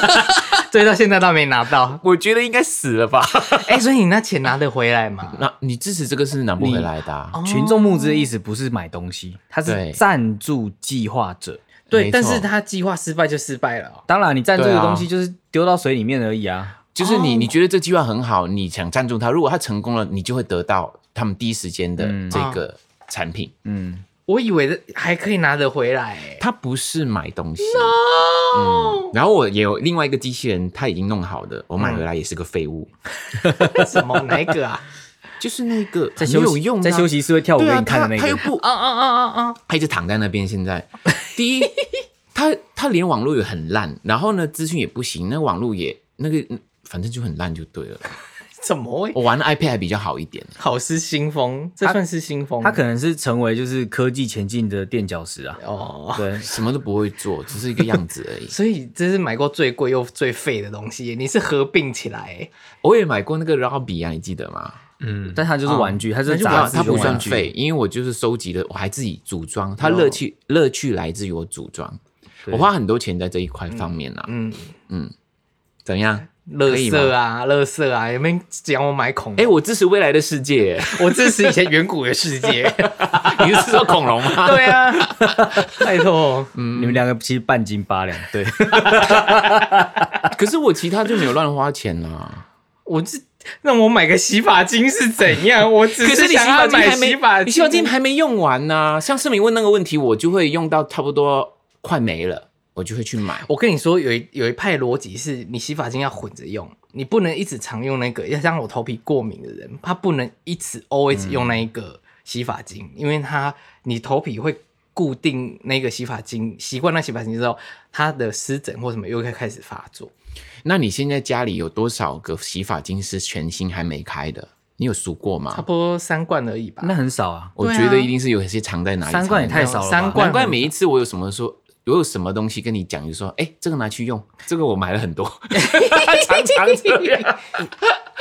[SPEAKER 1] 所以到现在都没拿到。
[SPEAKER 2] 我觉得应该死了吧？
[SPEAKER 1] 哎、所以你那钱拿得回来吗？
[SPEAKER 2] 那你支持这个是拿不回来的啊、
[SPEAKER 3] 群众募资的意思不是买东西，它
[SPEAKER 2] 对
[SPEAKER 3] 是赞助计划者。
[SPEAKER 2] 没错
[SPEAKER 1] 对，但是他计划失败就失败了哦、
[SPEAKER 3] 当然，你赞助
[SPEAKER 2] 对
[SPEAKER 3] 的
[SPEAKER 2] 啊
[SPEAKER 3] 东西就是丢到水里面而已啊。
[SPEAKER 2] 就是你你觉得这计划很好，你想赞助他，如果他成功了，你就会得到他们第一时间的
[SPEAKER 3] 嗯
[SPEAKER 2] 这个产品。
[SPEAKER 3] 嗯，
[SPEAKER 1] 我以为的还可以拿得回来、哎
[SPEAKER 2] 它不是买东西。嗯，然后我也有另外一个机器人，它已经弄好的，我买回来也是个废物，
[SPEAKER 1] 什么哪一个啊？
[SPEAKER 2] 就是那个
[SPEAKER 3] 在
[SPEAKER 2] 很没
[SPEAKER 3] 休
[SPEAKER 2] 有
[SPEAKER 3] 息
[SPEAKER 2] 用、啊，
[SPEAKER 3] 在休息室会跳舞
[SPEAKER 2] 对
[SPEAKER 3] 给
[SPEAKER 2] 啊，
[SPEAKER 3] 你看
[SPEAKER 2] 他
[SPEAKER 3] 的那
[SPEAKER 2] 他又
[SPEAKER 3] 个，
[SPEAKER 2] 不，
[SPEAKER 1] 啊啊啊啊啊！
[SPEAKER 2] 他一直躺在那边。现在，第 一，他他连网络也很烂，然后呢，资讯也不行，那网络也那个，嗯反正就很烂就对了。
[SPEAKER 1] 怎么会？
[SPEAKER 2] 我玩 iPad 还比较好一点，
[SPEAKER 1] 好失心疯，这算是心疯？
[SPEAKER 3] 它可能是成为就是科技前进的垫脚石啊。
[SPEAKER 1] 哦，。
[SPEAKER 3] 对，
[SPEAKER 2] 什么都不会做，只是一个样子而已
[SPEAKER 1] 所以这是买过最贵又最废的东西，你是合并起来、哎
[SPEAKER 2] 我也买过那个 Robbie 啊，你记得吗？
[SPEAKER 4] 嗯，
[SPEAKER 3] 但它就是玩具，它是
[SPEAKER 1] 那就
[SPEAKER 3] 杂
[SPEAKER 2] 它
[SPEAKER 3] 志
[SPEAKER 2] 它
[SPEAKER 3] 用
[SPEAKER 2] 哦不
[SPEAKER 3] 玩
[SPEAKER 2] 算
[SPEAKER 3] 具。
[SPEAKER 2] 废，因为我就是收集的，我还自己组装。
[SPEAKER 1] 哦
[SPEAKER 2] 它乐趣乐趣来自于我组装，
[SPEAKER 3] 对
[SPEAKER 2] 我花很多钱在这一块方面啦。
[SPEAKER 1] 嗯，
[SPEAKER 2] 怎样？
[SPEAKER 1] 乐
[SPEAKER 2] 可以
[SPEAKER 1] 色
[SPEAKER 2] 吗？
[SPEAKER 1] 啊，乐色啊，有没有讲我买恐龙？
[SPEAKER 2] 哎，我支持未来的世界。
[SPEAKER 1] 我支持以前远古的世界。
[SPEAKER 2] 你是说恐龙吗？
[SPEAKER 1] 对啊，拜托，
[SPEAKER 2] 嗯
[SPEAKER 3] 你们两个其实半斤八两， 对，
[SPEAKER 2] 可是我其他就没有乱花钱啦。
[SPEAKER 1] 我这让我买个洗发精是怎 样？我只
[SPEAKER 2] 可是你洗
[SPEAKER 1] 想要
[SPEAKER 2] 发精
[SPEAKER 1] 买
[SPEAKER 2] 还没，
[SPEAKER 1] 洗发精，
[SPEAKER 2] 你洗发精还没用完呢、像市民问那个问题，我就会用到差不多快没了，我就会去买。
[SPEAKER 1] 我跟你说，有一有一派逻辑是你洗发精要混着用，你不能一直常用那个，要像我头皮过敏的人，他不能一直 always 用那一个洗发精，因为他你头皮会固定那个洗发精，习惯那洗发精之后，它的湿疹或什么又会开始发作。
[SPEAKER 2] 那你现在家里有多少个洗发精是全新还没开的？你有数过
[SPEAKER 1] 差
[SPEAKER 2] 吗？
[SPEAKER 1] 不多三罐而已吧。
[SPEAKER 3] 那很少啊。
[SPEAKER 2] 我
[SPEAKER 1] 对啊
[SPEAKER 2] 觉得一定是有一些藏在哪里。
[SPEAKER 3] 三罐也
[SPEAKER 2] 藏在
[SPEAKER 3] 太
[SPEAKER 2] 哪
[SPEAKER 3] 少了吧，
[SPEAKER 1] 三
[SPEAKER 2] 里
[SPEAKER 1] 罐
[SPEAKER 2] 难怪每一次我有什么说，我有什么东西跟你讲，就说，哎、这个拿去用，这个我买了很多， 常常这样。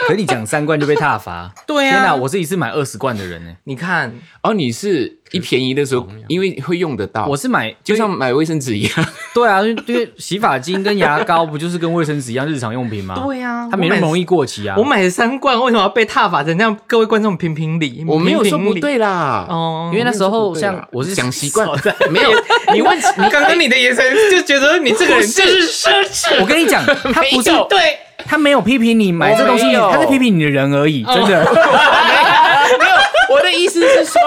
[SPEAKER 3] 可你讲三罐就被踏 伐，
[SPEAKER 1] 对
[SPEAKER 3] 天
[SPEAKER 1] 啊，
[SPEAKER 3] 哪！我是一次买二十罐的人呢，
[SPEAKER 1] 你看，
[SPEAKER 2] 哦，你是一便宜的时候，因为会用得到，
[SPEAKER 3] 我是买
[SPEAKER 2] 就像买卫生纸一样。
[SPEAKER 3] 对啊，因为因为洗发精跟牙膏不就是跟卫生纸一样日常用品吗？
[SPEAKER 1] 对啊
[SPEAKER 3] 它没那么
[SPEAKER 1] 我买
[SPEAKER 3] 容易过期啊。
[SPEAKER 1] 我买了三罐，为什么要被踏法成这样？各位观众评评理，
[SPEAKER 2] 我没有
[SPEAKER 1] 评
[SPEAKER 2] 说
[SPEAKER 1] 评
[SPEAKER 2] 不
[SPEAKER 1] 理
[SPEAKER 2] 对啦，
[SPEAKER 1] 哦
[SPEAKER 3] 因为那时候像我是
[SPEAKER 2] 讲习惯
[SPEAKER 1] 少在，
[SPEAKER 2] 没 有
[SPEAKER 1] 你问你刚刚你的眼神就觉得你这个人 就是奢侈，
[SPEAKER 3] 我跟 你讲，他不是
[SPEAKER 1] 对，
[SPEAKER 3] 他没有批评你买这东
[SPEAKER 2] 我
[SPEAKER 3] 西，
[SPEAKER 2] 没有
[SPEAKER 3] 他在批评你的人而已，真的。
[SPEAKER 2] 我的意思是说，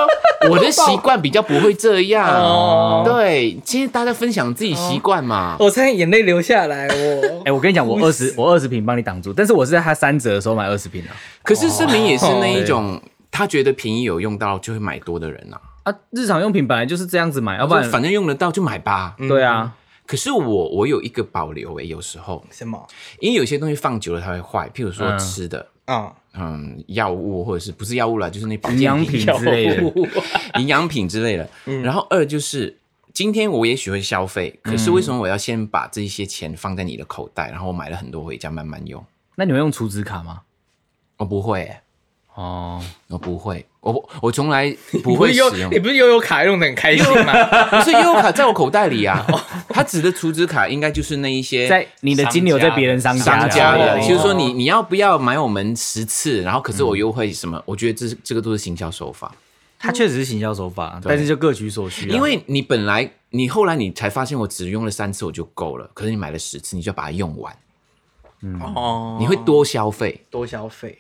[SPEAKER 2] 我的习惯比较不会这
[SPEAKER 1] 哦
[SPEAKER 2] 样。对，今天大家分享自己习惯嘛。
[SPEAKER 1] 我差点眼泪流下来， 我
[SPEAKER 3] 哎，我跟你讲，我二十我二十瓶帮你挡住，但是我是在他三折的时候买二十瓶啊。
[SPEAKER 2] 可是盛明也是那一
[SPEAKER 3] 哦
[SPEAKER 2] 种，他觉得便宜有用到就会买多的人呐、
[SPEAKER 3] 啊，日常用品本来就是这样子买，要
[SPEAKER 2] 啊，
[SPEAKER 3] 不然
[SPEAKER 2] 反嗯正用得到就买吧。
[SPEAKER 3] 对啊，
[SPEAKER 2] 可是我我有一个保留诶、有时候
[SPEAKER 1] 什么
[SPEAKER 2] 因为有些东西放久了它会坏，譬如说
[SPEAKER 3] 嗯
[SPEAKER 2] 吃的，
[SPEAKER 1] 啊？
[SPEAKER 2] 嗯，药物或者是不是药物啦，就是那保健
[SPEAKER 3] 营养品之类的， 嗯
[SPEAKER 2] 营养品之类的。然后二就是，今天我也许会消费，可是为什么我要先把这些钱放在你的口袋，然后我买了很多回家慢慢用？
[SPEAKER 3] 那你会用储值卡吗？
[SPEAKER 2] 我不会欸、
[SPEAKER 3] 哦，
[SPEAKER 2] 我不会，我不我从来不
[SPEAKER 1] 你
[SPEAKER 2] 会
[SPEAKER 1] 是
[SPEAKER 2] 使
[SPEAKER 1] 悠
[SPEAKER 2] 用
[SPEAKER 1] 你。不是悠悠卡用的很开心吗？
[SPEAKER 2] 不是悠游卡在我口袋里啊，它指的储值卡应该就是那一些
[SPEAKER 3] 在你的金流在别人商啊
[SPEAKER 2] 商家
[SPEAKER 1] 的
[SPEAKER 2] 的，
[SPEAKER 1] 哦
[SPEAKER 2] 就是说你你要不要买我们十次，然后可是我优惠什么？我觉得这是这个都是行销手法。
[SPEAKER 3] 他确实是行销手法，
[SPEAKER 2] 对
[SPEAKER 3] 但是就各取所需啊。
[SPEAKER 2] 因为你本来你后来你才发现我只用了三次我就够了，可是你买了十次你就要把它用完，嗯
[SPEAKER 1] 哦
[SPEAKER 2] 你会多消费，
[SPEAKER 1] 多消费，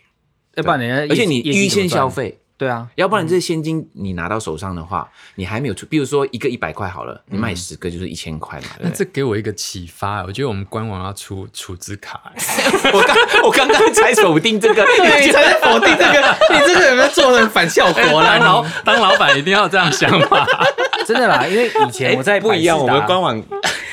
[SPEAKER 3] 要不然人家
[SPEAKER 2] 而且你
[SPEAKER 3] 哦业绩
[SPEAKER 2] 预先消，费，
[SPEAKER 3] 对啊，
[SPEAKER 2] 要不然这现金你拿到手上的话，你还没有出，比如说一个一百块好了，你
[SPEAKER 3] 嗯
[SPEAKER 2] 卖十个就是一千块嘛。对
[SPEAKER 4] 那
[SPEAKER 2] 不对
[SPEAKER 4] 这给我一个启发，我觉得我们官网要出储值卡、
[SPEAKER 2] 我刚我刚刚才否定这个，
[SPEAKER 1] 对， 你才是否定这个，你这个有没有做成反效果啦？
[SPEAKER 4] 当 老
[SPEAKER 1] 你
[SPEAKER 4] 当老板一定要这样想吧。
[SPEAKER 3] 嗯 真的啦，因为 以前我在
[SPEAKER 2] 哎不一样，我们官网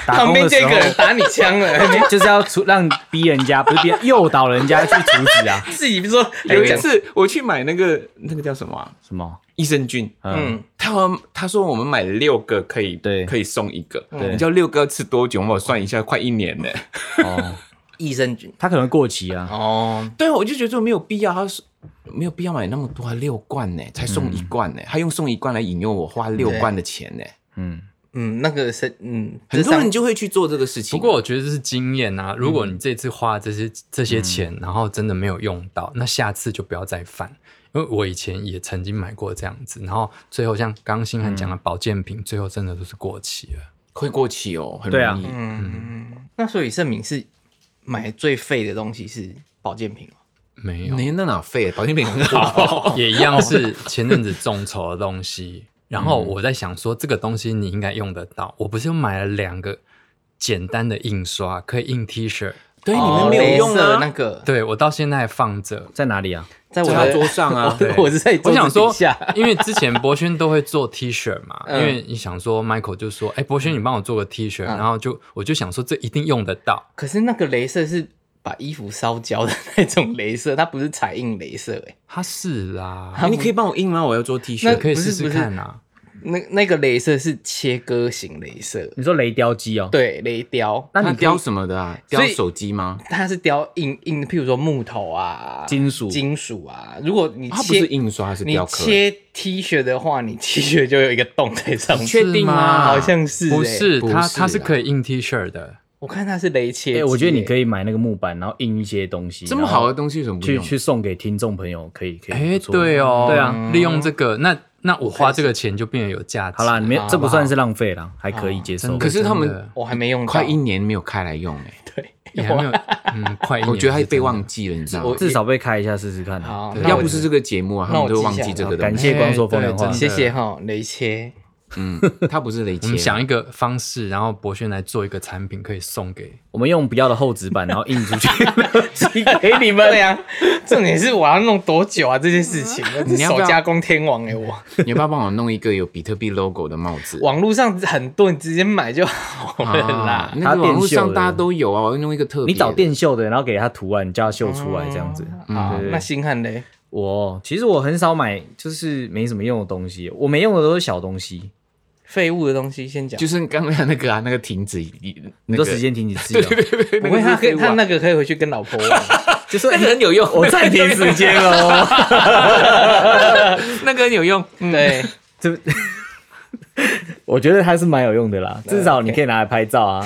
[SPEAKER 3] 打
[SPEAKER 1] 旁
[SPEAKER 3] 工
[SPEAKER 1] 边
[SPEAKER 3] 的
[SPEAKER 1] 这
[SPEAKER 3] 时
[SPEAKER 1] 个
[SPEAKER 3] 候，
[SPEAKER 1] 人打你枪 了，
[SPEAKER 3] 就是要出让逼人家，不是逼人诱导人家去阻止啊，
[SPEAKER 1] 自己说
[SPEAKER 2] 有一次哎我去买那个那个叫什么啊、
[SPEAKER 3] 什么？
[SPEAKER 2] 益生菌，
[SPEAKER 1] 嗯，
[SPEAKER 2] 他们他说我们买了六个可以
[SPEAKER 3] 对
[SPEAKER 2] 可以送一个，
[SPEAKER 3] 对
[SPEAKER 2] 你知道六个要吃多久吗？我算一下，快一年 了。
[SPEAKER 3] 哦，
[SPEAKER 1] 益生菌
[SPEAKER 3] 他可能过期啊，
[SPEAKER 1] 哦，
[SPEAKER 2] 对，我就觉得没有必要，他说没有必要买那么多，还六罐呢，才送一罐呢，他用送一罐来引诱我花六罐的钱呢，
[SPEAKER 3] 嗯，
[SPEAKER 1] 嗯，那个是嗯，
[SPEAKER 2] 很多
[SPEAKER 1] 这
[SPEAKER 2] 人
[SPEAKER 1] 上
[SPEAKER 2] 就会去做这个事情。
[SPEAKER 4] 不过我觉得这是经验啊，如果你这次花这些这些钱，然后真的没有用到，那下次就不要再犯。因为我以前也曾经买过这样子，然后最后像刚刚星汉讲的保健品，最后真的都是过期了。
[SPEAKER 2] 会过期哦，很
[SPEAKER 3] 对啊
[SPEAKER 2] 容易。
[SPEAKER 1] 嗯，那所以盛敏是买最废的东西是保健品哦
[SPEAKER 4] 没有，
[SPEAKER 2] 你那哪废？保健品很 好，
[SPEAKER 4] 也一样是 前阵子众筹的东西。
[SPEAKER 1] 嗯
[SPEAKER 4] 然后我在想说，这个东西你应该用得到。我不是买了两个简单的印刷，可以印 T 恤，
[SPEAKER 2] 对，你
[SPEAKER 1] 哦
[SPEAKER 2] 们没有用
[SPEAKER 1] 镭
[SPEAKER 2] 啊
[SPEAKER 1] 射那，个，
[SPEAKER 4] 对我到现在还放着。
[SPEAKER 3] 在哪里啊？
[SPEAKER 1] 在我
[SPEAKER 2] 在他
[SPEAKER 1] 的
[SPEAKER 2] 桌上 啊。
[SPEAKER 4] 对
[SPEAKER 1] 我是在桌
[SPEAKER 4] 我
[SPEAKER 1] 子
[SPEAKER 4] 想说
[SPEAKER 1] 底下，
[SPEAKER 4] 因为之前博轩都会做 T 恤嘛，因
[SPEAKER 1] 嗯
[SPEAKER 4] 为你想说 Michael 就说，哎，博轩你帮我做个 T 恤，然后就我就想说这一定用得到，
[SPEAKER 1] 可是那个镭射是把衣服烧焦的那种镭射，它不是彩印镭射哎、
[SPEAKER 4] 它是啦，
[SPEAKER 2] 哎你可以帮我印吗？我要做 T
[SPEAKER 1] 那
[SPEAKER 2] 恤。
[SPEAKER 4] 可以
[SPEAKER 1] 不是
[SPEAKER 4] 试试
[SPEAKER 1] 不是
[SPEAKER 4] 看啊。
[SPEAKER 1] 那那个镭射是切割型镭射，
[SPEAKER 3] 你说雷雕机哦？，
[SPEAKER 1] 对，雷雕，
[SPEAKER 3] 那
[SPEAKER 2] 他
[SPEAKER 3] 你可以
[SPEAKER 2] 雕什么的啊？雕
[SPEAKER 1] 所以
[SPEAKER 2] 手机吗？
[SPEAKER 1] 它是雕硬硬，譬如说木头啊、
[SPEAKER 3] 金属
[SPEAKER 1] 金属啊。如果你
[SPEAKER 2] 它不是
[SPEAKER 1] 切
[SPEAKER 2] 印刷，是
[SPEAKER 1] 你
[SPEAKER 2] 雕刻。
[SPEAKER 1] 切 T 恤的话，你 T 恤就有一个洞在上面，
[SPEAKER 2] 确定吗
[SPEAKER 1] 好像是、欸，
[SPEAKER 4] 不是，
[SPEAKER 2] 不
[SPEAKER 4] 它
[SPEAKER 2] 是
[SPEAKER 4] 它是
[SPEAKER 2] 啊
[SPEAKER 4] 可以印 T 恤的，
[SPEAKER 1] 我看它是雷切、
[SPEAKER 3] 哎，我觉得你可
[SPEAKER 1] 以，
[SPEAKER 3] 以买那个木板，然后印一些东西，
[SPEAKER 2] 这么好的东西为什么不
[SPEAKER 3] 去
[SPEAKER 2] 用？
[SPEAKER 3] 去送给听众朋友，可以可以，
[SPEAKER 4] 哎，
[SPEAKER 3] 不错
[SPEAKER 4] 对哦，
[SPEAKER 3] 对
[SPEAKER 2] 嗯
[SPEAKER 3] 啊，
[SPEAKER 4] 利用这个，那那我花这个钱就变得有价值。
[SPEAKER 3] 好啦，你没
[SPEAKER 1] 好
[SPEAKER 3] 这不算是浪费啦，还可以接受
[SPEAKER 4] 哦真的，。
[SPEAKER 2] 可是他们
[SPEAKER 4] 真的
[SPEAKER 1] 我还没用到
[SPEAKER 2] 快一年没有开来用哎，
[SPEAKER 4] 也还没有，嗯，快一年，
[SPEAKER 2] 我觉得他被忘记了，你知道吗
[SPEAKER 1] 我？
[SPEAKER 3] 至少被开一下试试看。啊
[SPEAKER 1] 好，
[SPEAKER 4] 对
[SPEAKER 1] 那我
[SPEAKER 2] 要不是这个节目啊，他
[SPEAKER 1] 那
[SPEAKER 2] 们
[SPEAKER 1] 我
[SPEAKER 2] 都会
[SPEAKER 1] 记
[SPEAKER 2] 忘
[SPEAKER 1] 下
[SPEAKER 2] 记
[SPEAKER 1] 来
[SPEAKER 2] 这
[SPEAKER 1] 好
[SPEAKER 2] 个
[SPEAKER 3] 感
[SPEAKER 2] 东西。
[SPEAKER 3] 谢光说风凉话
[SPEAKER 4] 哎对真的
[SPEAKER 1] 谢谢哈，雷切。
[SPEAKER 2] 嗯，他不是雷
[SPEAKER 4] 我
[SPEAKER 2] 切
[SPEAKER 4] 们，想一个方式，然后博轩来做一个产品，可以送给
[SPEAKER 3] 我们用不要的厚 纸板，然后印出去 寄给哎你们。
[SPEAKER 1] 对啊，重点是我要弄多久啊？这件事情，我是
[SPEAKER 2] 你要不
[SPEAKER 1] 手
[SPEAKER 2] 要
[SPEAKER 1] 加工天王哎、我
[SPEAKER 2] 你要不要帮我弄一个有比特币 logo 的帽子？
[SPEAKER 1] 网络上很多，你直接买就好了 啦。
[SPEAKER 2] 啊那个网络
[SPEAKER 3] 他电绣
[SPEAKER 2] 上
[SPEAKER 3] 的
[SPEAKER 2] 大家都有啊，我要弄一个特别的。
[SPEAKER 3] 你找电绣的，然后给他图案，叫他绣出来这样子。
[SPEAKER 1] 好，
[SPEAKER 3] 嗯对对对
[SPEAKER 1] 那星汉嘞，
[SPEAKER 3] 我其实我很少买，就是没什么用的东西，我没用的都是小东西，
[SPEAKER 1] 废物的东西先讲
[SPEAKER 2] 就。是刚才那个啊，那个停止，
[SPEAKER 3] 你
[SPEAKER 2] 那
[SPEAKER 3] 说
[SPEAKER 2] 个
[SPEAKER 3] 时间停止自 由，
[SPEAKER 1] 不会，他可以，
[SPEAKER 3] 啊
[SPEAKER 1] 他那个可以回去跟老婆玩。
[SPEAKER 3] 就说
[SPEAKER 2] 那个很有用，
[SPEAKER 3] 我暂停时间哦喽。
[SPEAKER 2] 那个很有用。
[SPEAKER 1] 嗯对，
[SPEAKER 3] 这，我觉得还是蛮有用的啦，至少你可以拿来拍照 啊，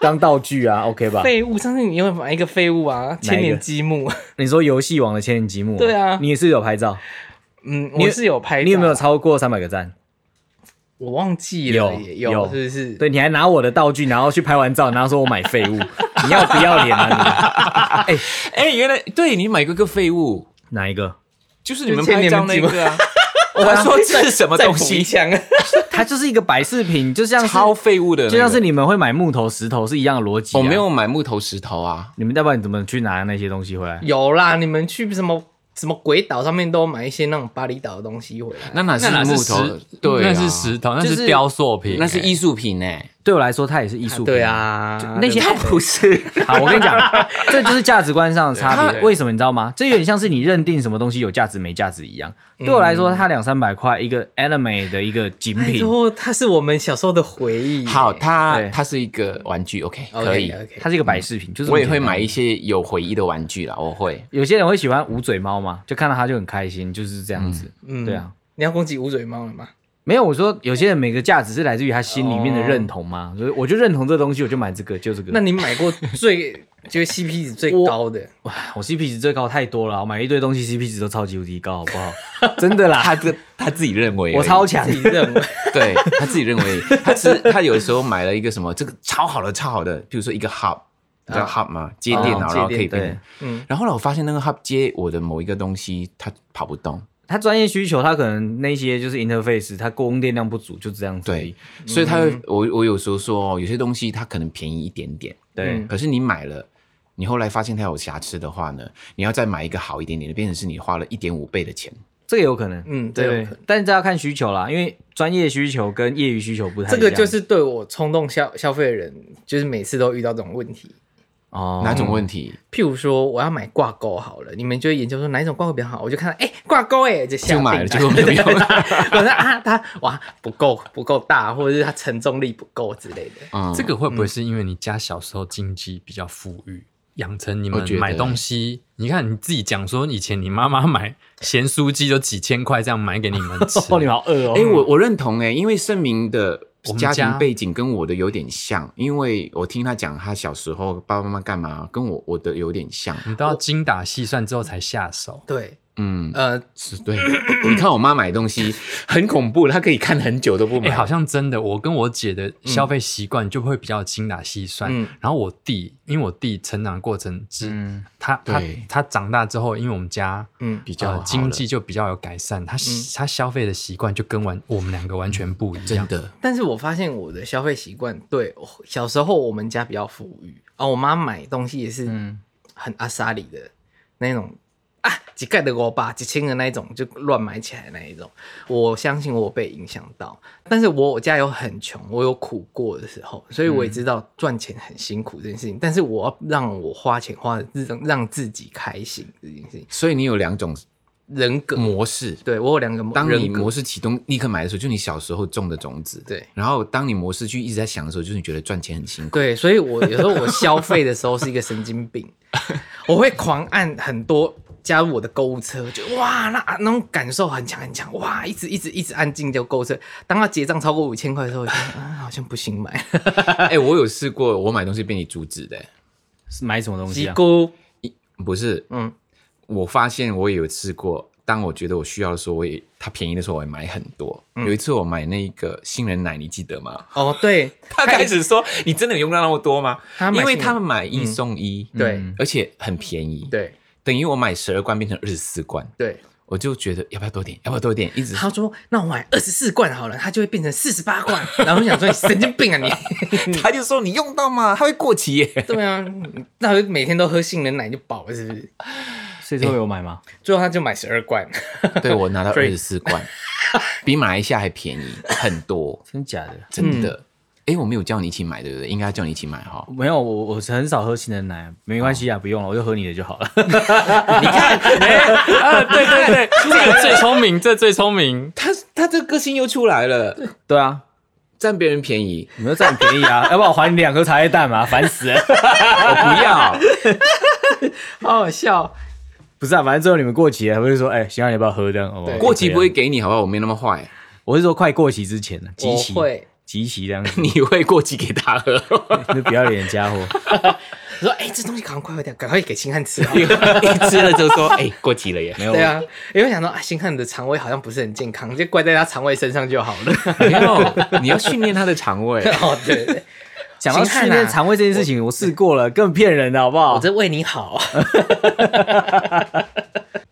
[SPEAKER 3] 当道具啊，OK 吧？
[SPEAKER 1] 废物，上次你又买一个废物啊，千
[SPEAKER 3] 哪一
[SPEAKER 1] 年
[SPEAKER 3] 个
[SPEAKER 1] 积木。
[SPEAKER 3] 你说游戏王的千人积木，
[SPEAKER 1] 对啊
[SPEAKER 3] 你也是有拍照，
[SPEAKER 1] 嗯，
[SPEAKER 3] 你
[SPEAKER 1] 我是有拍，
[SPEAKER 3] 你有没有？超过三百个赞？
[SPEAKER 1] 我忘记了
[SPEAKER 3] 有
[SPEAKER 1] 耶，
[SPEAKER 3] 有
[SPEAKER 1] 有是不是？
[SPEAKER 3] 对，你还拿我的道具，然后去拍完照，然后说我买 废物，你要不要脸啊
[SPEAKER 2] 哎，原来对你买过个废物，
[SPEAKER 3] 你？哪一个？
[SPEAKER 2] 就是你们拍照那个啊。 我
[SPEAKER 1] 对啊，
[SPEAKER 2] 还说这是 什么
[SPEAKER 1] 再
[SPEAKER 2] 东
[SPEAKER 1] 补一
[SPEAKER 2] 西？
[SPEAKER 1] 枪啊
[SPEAKER 3] 它就是一个摆饰品，就像是
[SPEAKER 2] 超废物的那个，
[SPEAKER 3] 就像是你们会买木头、石头是一样的逻辑、啊。
[SPEAKER 2] 我没，有买木头石头啊，
[SPEAKER 3] 你们要不然你怎么去拿那些东西回来？
[SPEAKER 1] 有啦，你们去什么什么鬼岛上面都有买一些那种巴厘岛的东西回来。
[SPEAKER 2] 那哪
[SPEAKER 4] 那
[SPEAKER 2] 是
[SPEAKER 4] 哪是
[SPEAKER 2] 木头
[SPEAKER 4] 石？，啊
[SPEAKER 2] 对，啊
[SPEAKER 4] 那是，石头，那
[SPEAKER 3] 就是
[SPEAKER 4] 是雕塑品，
[SPEAKER 2] 那是
[SPEAKER 4] 哎
[SPEAKER 2] 艺术品哎、
[SPEAKER 3] 对我来说，它也是艺术品。
[SPEAKER 1] 对，啊，
[SPEAKER 3] 那些
[SPEAKER 2] 它不是，
[SPEAKER 3] 好，我跟你 讲，这就是价值观上的差别。
[SPEAKER 1] 它
[SPEAKER 3] 为什么你知道吗？这有点像是你认定什么东西有价值没价值一样。嗯对我来说，它两三百块一个 anime 的一个精
[SPEAKER 1] 拜
[SPEAKER 3] 品，
[SPEAKER 1] 托，它是我们小时候的回 忆。
[SPEAKER 2] 好，它
[SPEAKER 3] 对
[SPEAKER 2] 它是一个玩具，OK，
[SPEAKER 1] OK，
[SPEAKER 2] 可以。
[SPEAKER 1] OK
[SPEAKER 3] 它是一个摆饰品，就是
[SPEAKER 2] 我也会买一些有回忆的玩具啦，我会。
[SPEAKER 3] 有些人会喜欢捂嘴猫嘛，就看到它就很开心，就是这样子。
[SPEAKER 1] 嗯
[SPEAKER 3] 对啊，
[SPEAKER 1] 你要攻击捂嘴猫了吗？
[SPEAKER 3] 没有，我说有些人每个价值是来自于他心里面的认同嘛，所以我就认同这东西，我就买这个，就这个。
[SPEAKER 1] 那你买过最 就是 CP 值最高的？
[SPEAKER 3] 哇，我 CP 值最高太多了，我买一堆东西 CP 值都超级无敌高，好 不好？真的啦，
[SPEAKER 2] 他这他自己认为而已，
[SPEAKER 3] 我超强
[SPEAKER 1] 自，己认为
[SPEAKER 2] 对他自己认为，他吃他有的时候买了一个什么这个超好的超好的，比如说一个 hub，你知道 hub 吗？接电脑、
[SPEAKER 1] 接
[SPEAKER 2] 然后可以
[SPEAKER 1] 电
[SPEAKER 2] 变。
[SPEAKER 1] 嗯
[SPEAKER 2] 然后呢，我发现那个 hub 接我的某一个东西，它跑不动，
[SPEAKER 3] 他专业需求，他可能那些就是 interface，他供电量不足，就这样子而已。
[SPEAKER 2] 对，
[SPEAKER 4] 嗯
[SPEAKER 2] 所以他会，我我有时候说哦，有些东西它可能便宜一点点，
[SPEAKER 3] 对
[SPEAKER 1] 嗯
[SPEAKER 2] 可是你买了，你后来发现它有瑕疵的话呢，你要再买一个好一点点的，变成是你花了一点五倍的钱。
[SPEAKER 3] 这个有可能，
[SPEAKER 1] 嗯这有
[SPEAKER 3] 对
[SPEAKER 1] 可能，
[SPEAKER 3] 但是这要看需求啦，因为专业需求跟业余需求不太一
[SPEAKER 1] 这
[SPEAKER 3] 样。
[SPEAKER 1] 个就是对我冲动消消费的人，就是每次都遇到这种问题。
[SPEAKER 3] 哦，，
[SPEAKER 2] 哪种问题？
[SPEAKER 1] 譬如说我要买挂钩好了，你们就会研究说哪一种挂钩比较好，我就看到哎挂钩哎就下
[SPEAKER 2] 就买了
[SPEAKER 1] 订
[SPEAKER 2] 结果
[SPEAKER 1] 单
[SPEAKER 2] 没有用
[SPEAKER 1] 对 我说啊它哇不够不够大，或者是它承重力不够之类的。
[SPEAKER 2] 嗯，
[SPEAKER 4] 这个哦会不会是因为你家小时候经济比较富裕，养成你
[SPEAKER 2] 我
[SPEAKER 4] 们
[SPEAKER 2] 觉得
[SPEAKER 4] 买东西？你看你自己讲说，以前你妈妈买咸酥鸡都几千块这样买给你们 吃
[SPEAKER 3] 哦，你们好饿哦。
[SPEAKER 2] 哎、我我认同哎、因为盛明的
[SPEAKER 4] 我们
[SPEAKER 2] 家
[SPEAKER 4] 家
[SPEAKER 2] 庭背景跟我的有点像，因为我听他讲他小时候爸爸妈妈干嘛，跟我我的有点像。
[SPEAKER 4] 你都要精打细算之后才下手。
[SPEAKER 1] 对，
[SPEAKER 2] 嗯，
[SPEAKER 1] 呃，
[SPEAKER 2] 是对。 你看我妈买东西很恐怖，她可以看很久都不
[SPEAKER 4] 哎、
[SPEAKER 2] 买。
[SPEAKER 4] 好像真的，我跟我姐的消费习惯就会比较精打细算。
[SPEAKER 1] 嗯
[SPEAKER 4] 然后我弟，因为我弟成长过程之，
[SPEAKER 3] 嗯
[SPEAKER 4] 他他
[SPEAKER 2] 对
[SPEAKER 4] 他长大之后，因为我们家
[SPEAKER 1] 嗯
[SPEAKER 2] 比较好嗯
[SPEAKER 4] 呃
[SPEAKER 2] 了
[SPEAKER 4] 经济就比较有改善，他、他消费的习惯就跟完我们两个完全不一样。
[SPEAKER 2] 真的，
[SPEAKER 1] 但是我发现我的消费习惯，对小时候我们家比较富裕啊，我妈买东西也是
[SPEAKER 3] 嗯
[SPEAKER 1] 很阿莎里的那种啊，几盖的锅巴，几千的那一种就乱买起来的那一种。我相信我被影响到，但是我我家有很穷，我有苦过的时候，所以我也知道赚钱很辛苦这件事情。但是我要让我花钱花的让让自己开心这件事情，
[SPEAKER 2] 所以你有两种
[SPEAKER 1] 人格，
[SPEAKER 2] 模式。
[SPEAKER 1] 对我有两个
[SPEAKER 2] 嗯当你
[SPEAKER 1] 人格
[SPEAKER 2] 模式启动立刻买的时候，就你小时候种的种子。
[SPEAKER 1] 对
[SPEAKER 2] 然后当你模式去一直在想的时候，就是你觉得赚钱很辛苦。
[SPEAKER 1] 对，所以我有时候我消费的时候是一个神经 病，我会狂按很多加入我的购物车，就哇，那那种感受很强很强，哇，一直一直一直按进就购物车。当他结账超过五千块的时候，我就觉得啊，好像不行买。
[SPEAKER 2] 哎、我有试过，我买东西被你阻止的、
[SPEAKER 3] 是买什么东西
[SPEAKER 1] 急
[SPEAKER 3] 啊？
[SPEAKER 1] 购，
[SPEAKER 2] 不是，
[SPEAKER 1] 嗯，
[SPEAKER 2] 我发现我也有试过，当我觉得我需要的时候，我也它便宜的时候，我也买很多。有一次我买那个杏仁奶，你记得吗？
[SPEAKER 1] 哦，对，
[SPEAKER 2] 他开始说：“ 你真的有用到那么多吗
[SPEAKER 1] 他？”买
[SPEAKER 2] 因为
[SPEAKER 1] 杏仁
[SPEAKER 2] 他们买嗯一送一，嗯
[SPEAKER 1] 对、
[SPEAKER 2] 而且很便宜，，
[SPEAKER 1] 对
[SPEAKER 2] 等于我买十二罐变成二十四罐，
[SPEAKER 1] 对，
[SPEAKER 2] 我就觉得要不要多点，要不要多点，一直
[SPEAKER 1] 他说那我买二十四罐好了，它就会变成四十八罐，然后我想说你神经病啊 你。
[SPEAKER 2] 他就说你用到吗？它会过期耶。
[SPEAKER 1] 对啊，那我每天都喝杏仁奶就饱了，是不是？
[SPEAKER 3] 所以最后有买吗？
[SPEAKER 1] 最后他就买十二罐，
[SPEAKER 2] 对我拿到二
[SPEAKER 1] Free
[SPEAKER 2] 十四罐， 比马来西亚还便宜很多，
[SPEAKER 3] 真假的？
[SPEAKER 2] 真的。哎、我没有叫你一起买，对不对？应该叫你一起买哈。
[SPEAKER 3] 没有，我我很少喝杏仁奶，没关系啊，不用了，我就喝你的就好了。
[SPEAKER 4] 啊，对
[SPEAKER 2] 嗯
[SPEAKER 4] 对对， 这个最聪明，这最聪明。
[SPEAKER 2] 他他这个性又出来了，
[SPEAKER 3] 对啊，
[SPEAKER 2] 占别人便宜，
[SPEAKER 3] 你们占很便宜 啊，要不然我还你两颗茶叶蛋嘛，烦死 了。
[SPEAKER 2] 我 不 要。
[SPEAKER 1] 好好笑。
[SPEAKER 3] 不是啊，反正最后你们过期了，不是说哎、行啊，你要不要喝这样？哦
[SPEAKER 1] 对
[SPEAKER 2] 过期不会，给你，好不好？我没那么 坏，
[SPEAKER 3] 我是说快过期之前啊呢，集齐
[SPEAKER 1] 我会
[SPEAKER 3] 集齐这样子，
[SPEAKER 2] 你会过期给他喝。
[SPEAKER 3] 你不要脸家 伙。
[SPEAKER 1] 说：“哎、这东西赶快坏掉，赶快给星汉吃好了。
[SPEAKER 2] 一吃了就 说：“哎、过期了耶。”没有
[SPEAKER 1] 对啊，因为想说啊，星汉的肠胃好像不是很健康，就怪在他肠胃身上就好了。
[SPEAKER 2] 没有，你要训练他的肠 胃。
[SPEAKER 1] 哦，对对，
[SPEAKER 3] 讲到
[SPEAKER 1] 啊
[SPEAKER 3] 训练肠胃这件事情，我试过 了，更骗人的好不
[SPEAKER 1] 我
[SPEAKER 3] 好？
[SPEAKER 1] 这为你 好。啊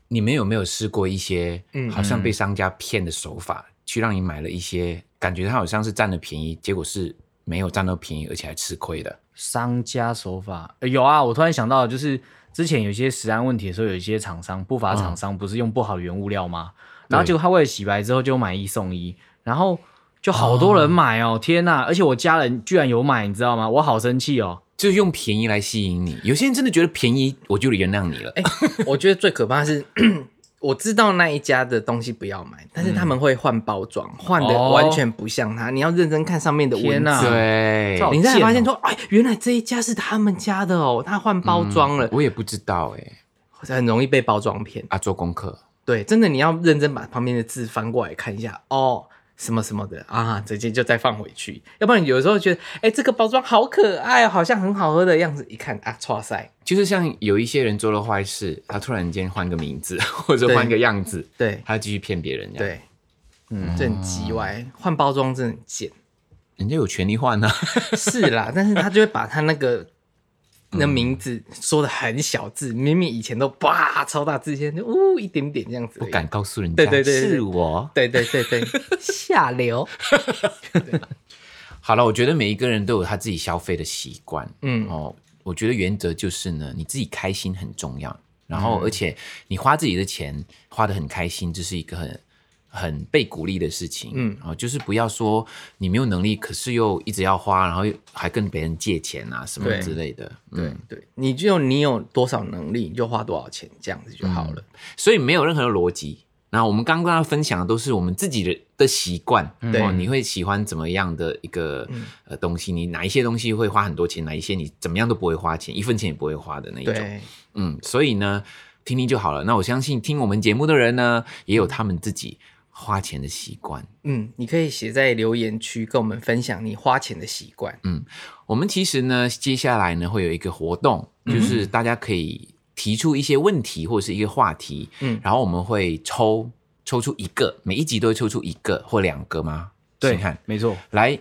[SPEAKER 2] 你们有没有试过一些好像被商家骗的手法，去让你买了一些感觉他好像是占了便宜，结果是没有占到便宜，而且还吃亏的？
[SPEAKER 3] 商家手法、呃有啊，我突然想到，就是之前有些食安问题的时候，有一些厂商不法厂商不是用不好的原物料吗？然后结果他为了洗白之后就买一送一，然后就好多人买哦，天呐！而且我家人居然有买，你知道吗？我好生气哦。
[SPEAKER 2] 就是用便宜来吸引你。有些人真的觉得便宜，我就原谅你了。
[SPEAKER 1] 哎、我觉得最可怕的是。 我知道那一家的东西不要买，但是他们会换包装，换的
[SPEAKER 3] 哦
[SPEAKER 1] 完全不像它。你要认真看上面的文
[SPEAKER 3] 天
[SPEAKER 1] 字，
[SPEAKER 3] 哪
[SPEAKER 2] 对
[SPEAKER 3] 好
[SPEAKER 1] 哎你才
[SPEAKER 3] 贱
[SPEAKER 1] 发现
[SPEAKER 3] 哦
[SPEAKER 1] 说，哎，原来这一家是他们家的哦，他换包装了，
[SPEAKER 3] 嗯
[SPEAKER 2] 我也不知道哎、
[SPEAKER 1] 很容易被包装骗。
[SPEAKER 2] 啊，做功课。
[SPEAKER 1] 对，真的你要认真把旁边的字翻过来看一下哦，什么什么的啊，直接就再放回去。要不然有时候觉得，哎、这个包装好可爱，哦好像很好喝的样子，一看啊，哇塞，
[SPEAKER 2] 就是像有一些人做了坏事，他突然间换个名字 或者
[SPEAKER 1] 对
[SPEAKER 2] 换个样子，
[SPEAKER 1] 对
[SPEAKER 2] 他继续骗别人。，
[SPEAKER 1] 对，
[SPEAKER 3] 嗯
[SPEAKER 1] 嗯，这很鸡歪，换包装真的很贱。
[SPEAKER 2] 人家有权利换啊。
[SPEAKER 1] 是啦，但是他就会把他那个
[SPEAKER 2] 嗯
[SPEAKER 1] 那名字说的很小字，明明以前都哇超大字，现在就呜一点点这样子，
[SPEAKER 2] 不敢。告诉人家，
[SPEAKER 1] 对对对对
[SPEAKER 2] 是我。
[SPEAKER 1] 对对对对， 下流。
[SPEAKER 2] 好了，我觉得每一个人都有他自己消费的习惯。
[SPEAKER 1] 嗯
[SPEAKER 2] 哦，我觉得原则就是呢，你自己开心很重要。然
[SPEAKER 1] 嗯
[SPEAKER 2] 后，而且你花自己的钱花的很开心，这是一个很很被鼓励的事情。
[SPEAKER 1] 嗯
[SPEAKER 2] 嗯，哦，就是不要说你没有能力，可是又一直要花，然后又还跟别人借钱啊什么
[SPEAKER 1] 对
[SPEAKER 2] 之类的。
[SPEAKER 1] 对
[SPEAKER 2] 嗯，
[SPEAKER 1] 对，你就你有多少能力，你就花多少钱，这样子就好了。
[SPEAKER 2] 所以没有任何的逻辑。然后我们刚刚分享的都是我们自己的的习惯，
[SPEAKER 1] 嗯对嗯
[SPEAKER 2] 哦，你会喜欢怎么样的一个、呃东西？你哪一些东西会花很多钱？哪一些你怎么样都不会花钱，一分钱也不会花的那一种。
[SPEAKER 1] 对，
[SPEAKER 2] 嗯，所以呢，听听就好了。那我相信听我们节目的人呢，也有他们自己花钱的习惯。
[SPEAKER 1] 嗯，你可以写在留言区跟我们分享你花钱的习惯。
[SPEAKER 2] 我们其实呢，接下来呢会有一个活动，就是大家可以提出一些问题或者是一个话题，
[SPEAKER 1] 嗯
[SPEAKER 2] 嗯，然后我们会抽抽出一个，每一集都会抽出一个或两个吗？
[SPEAKER 3] 对
[SPEAKER 2] 请看，
[SPEAKER 3] 没错，
[SPEAKER 2] 来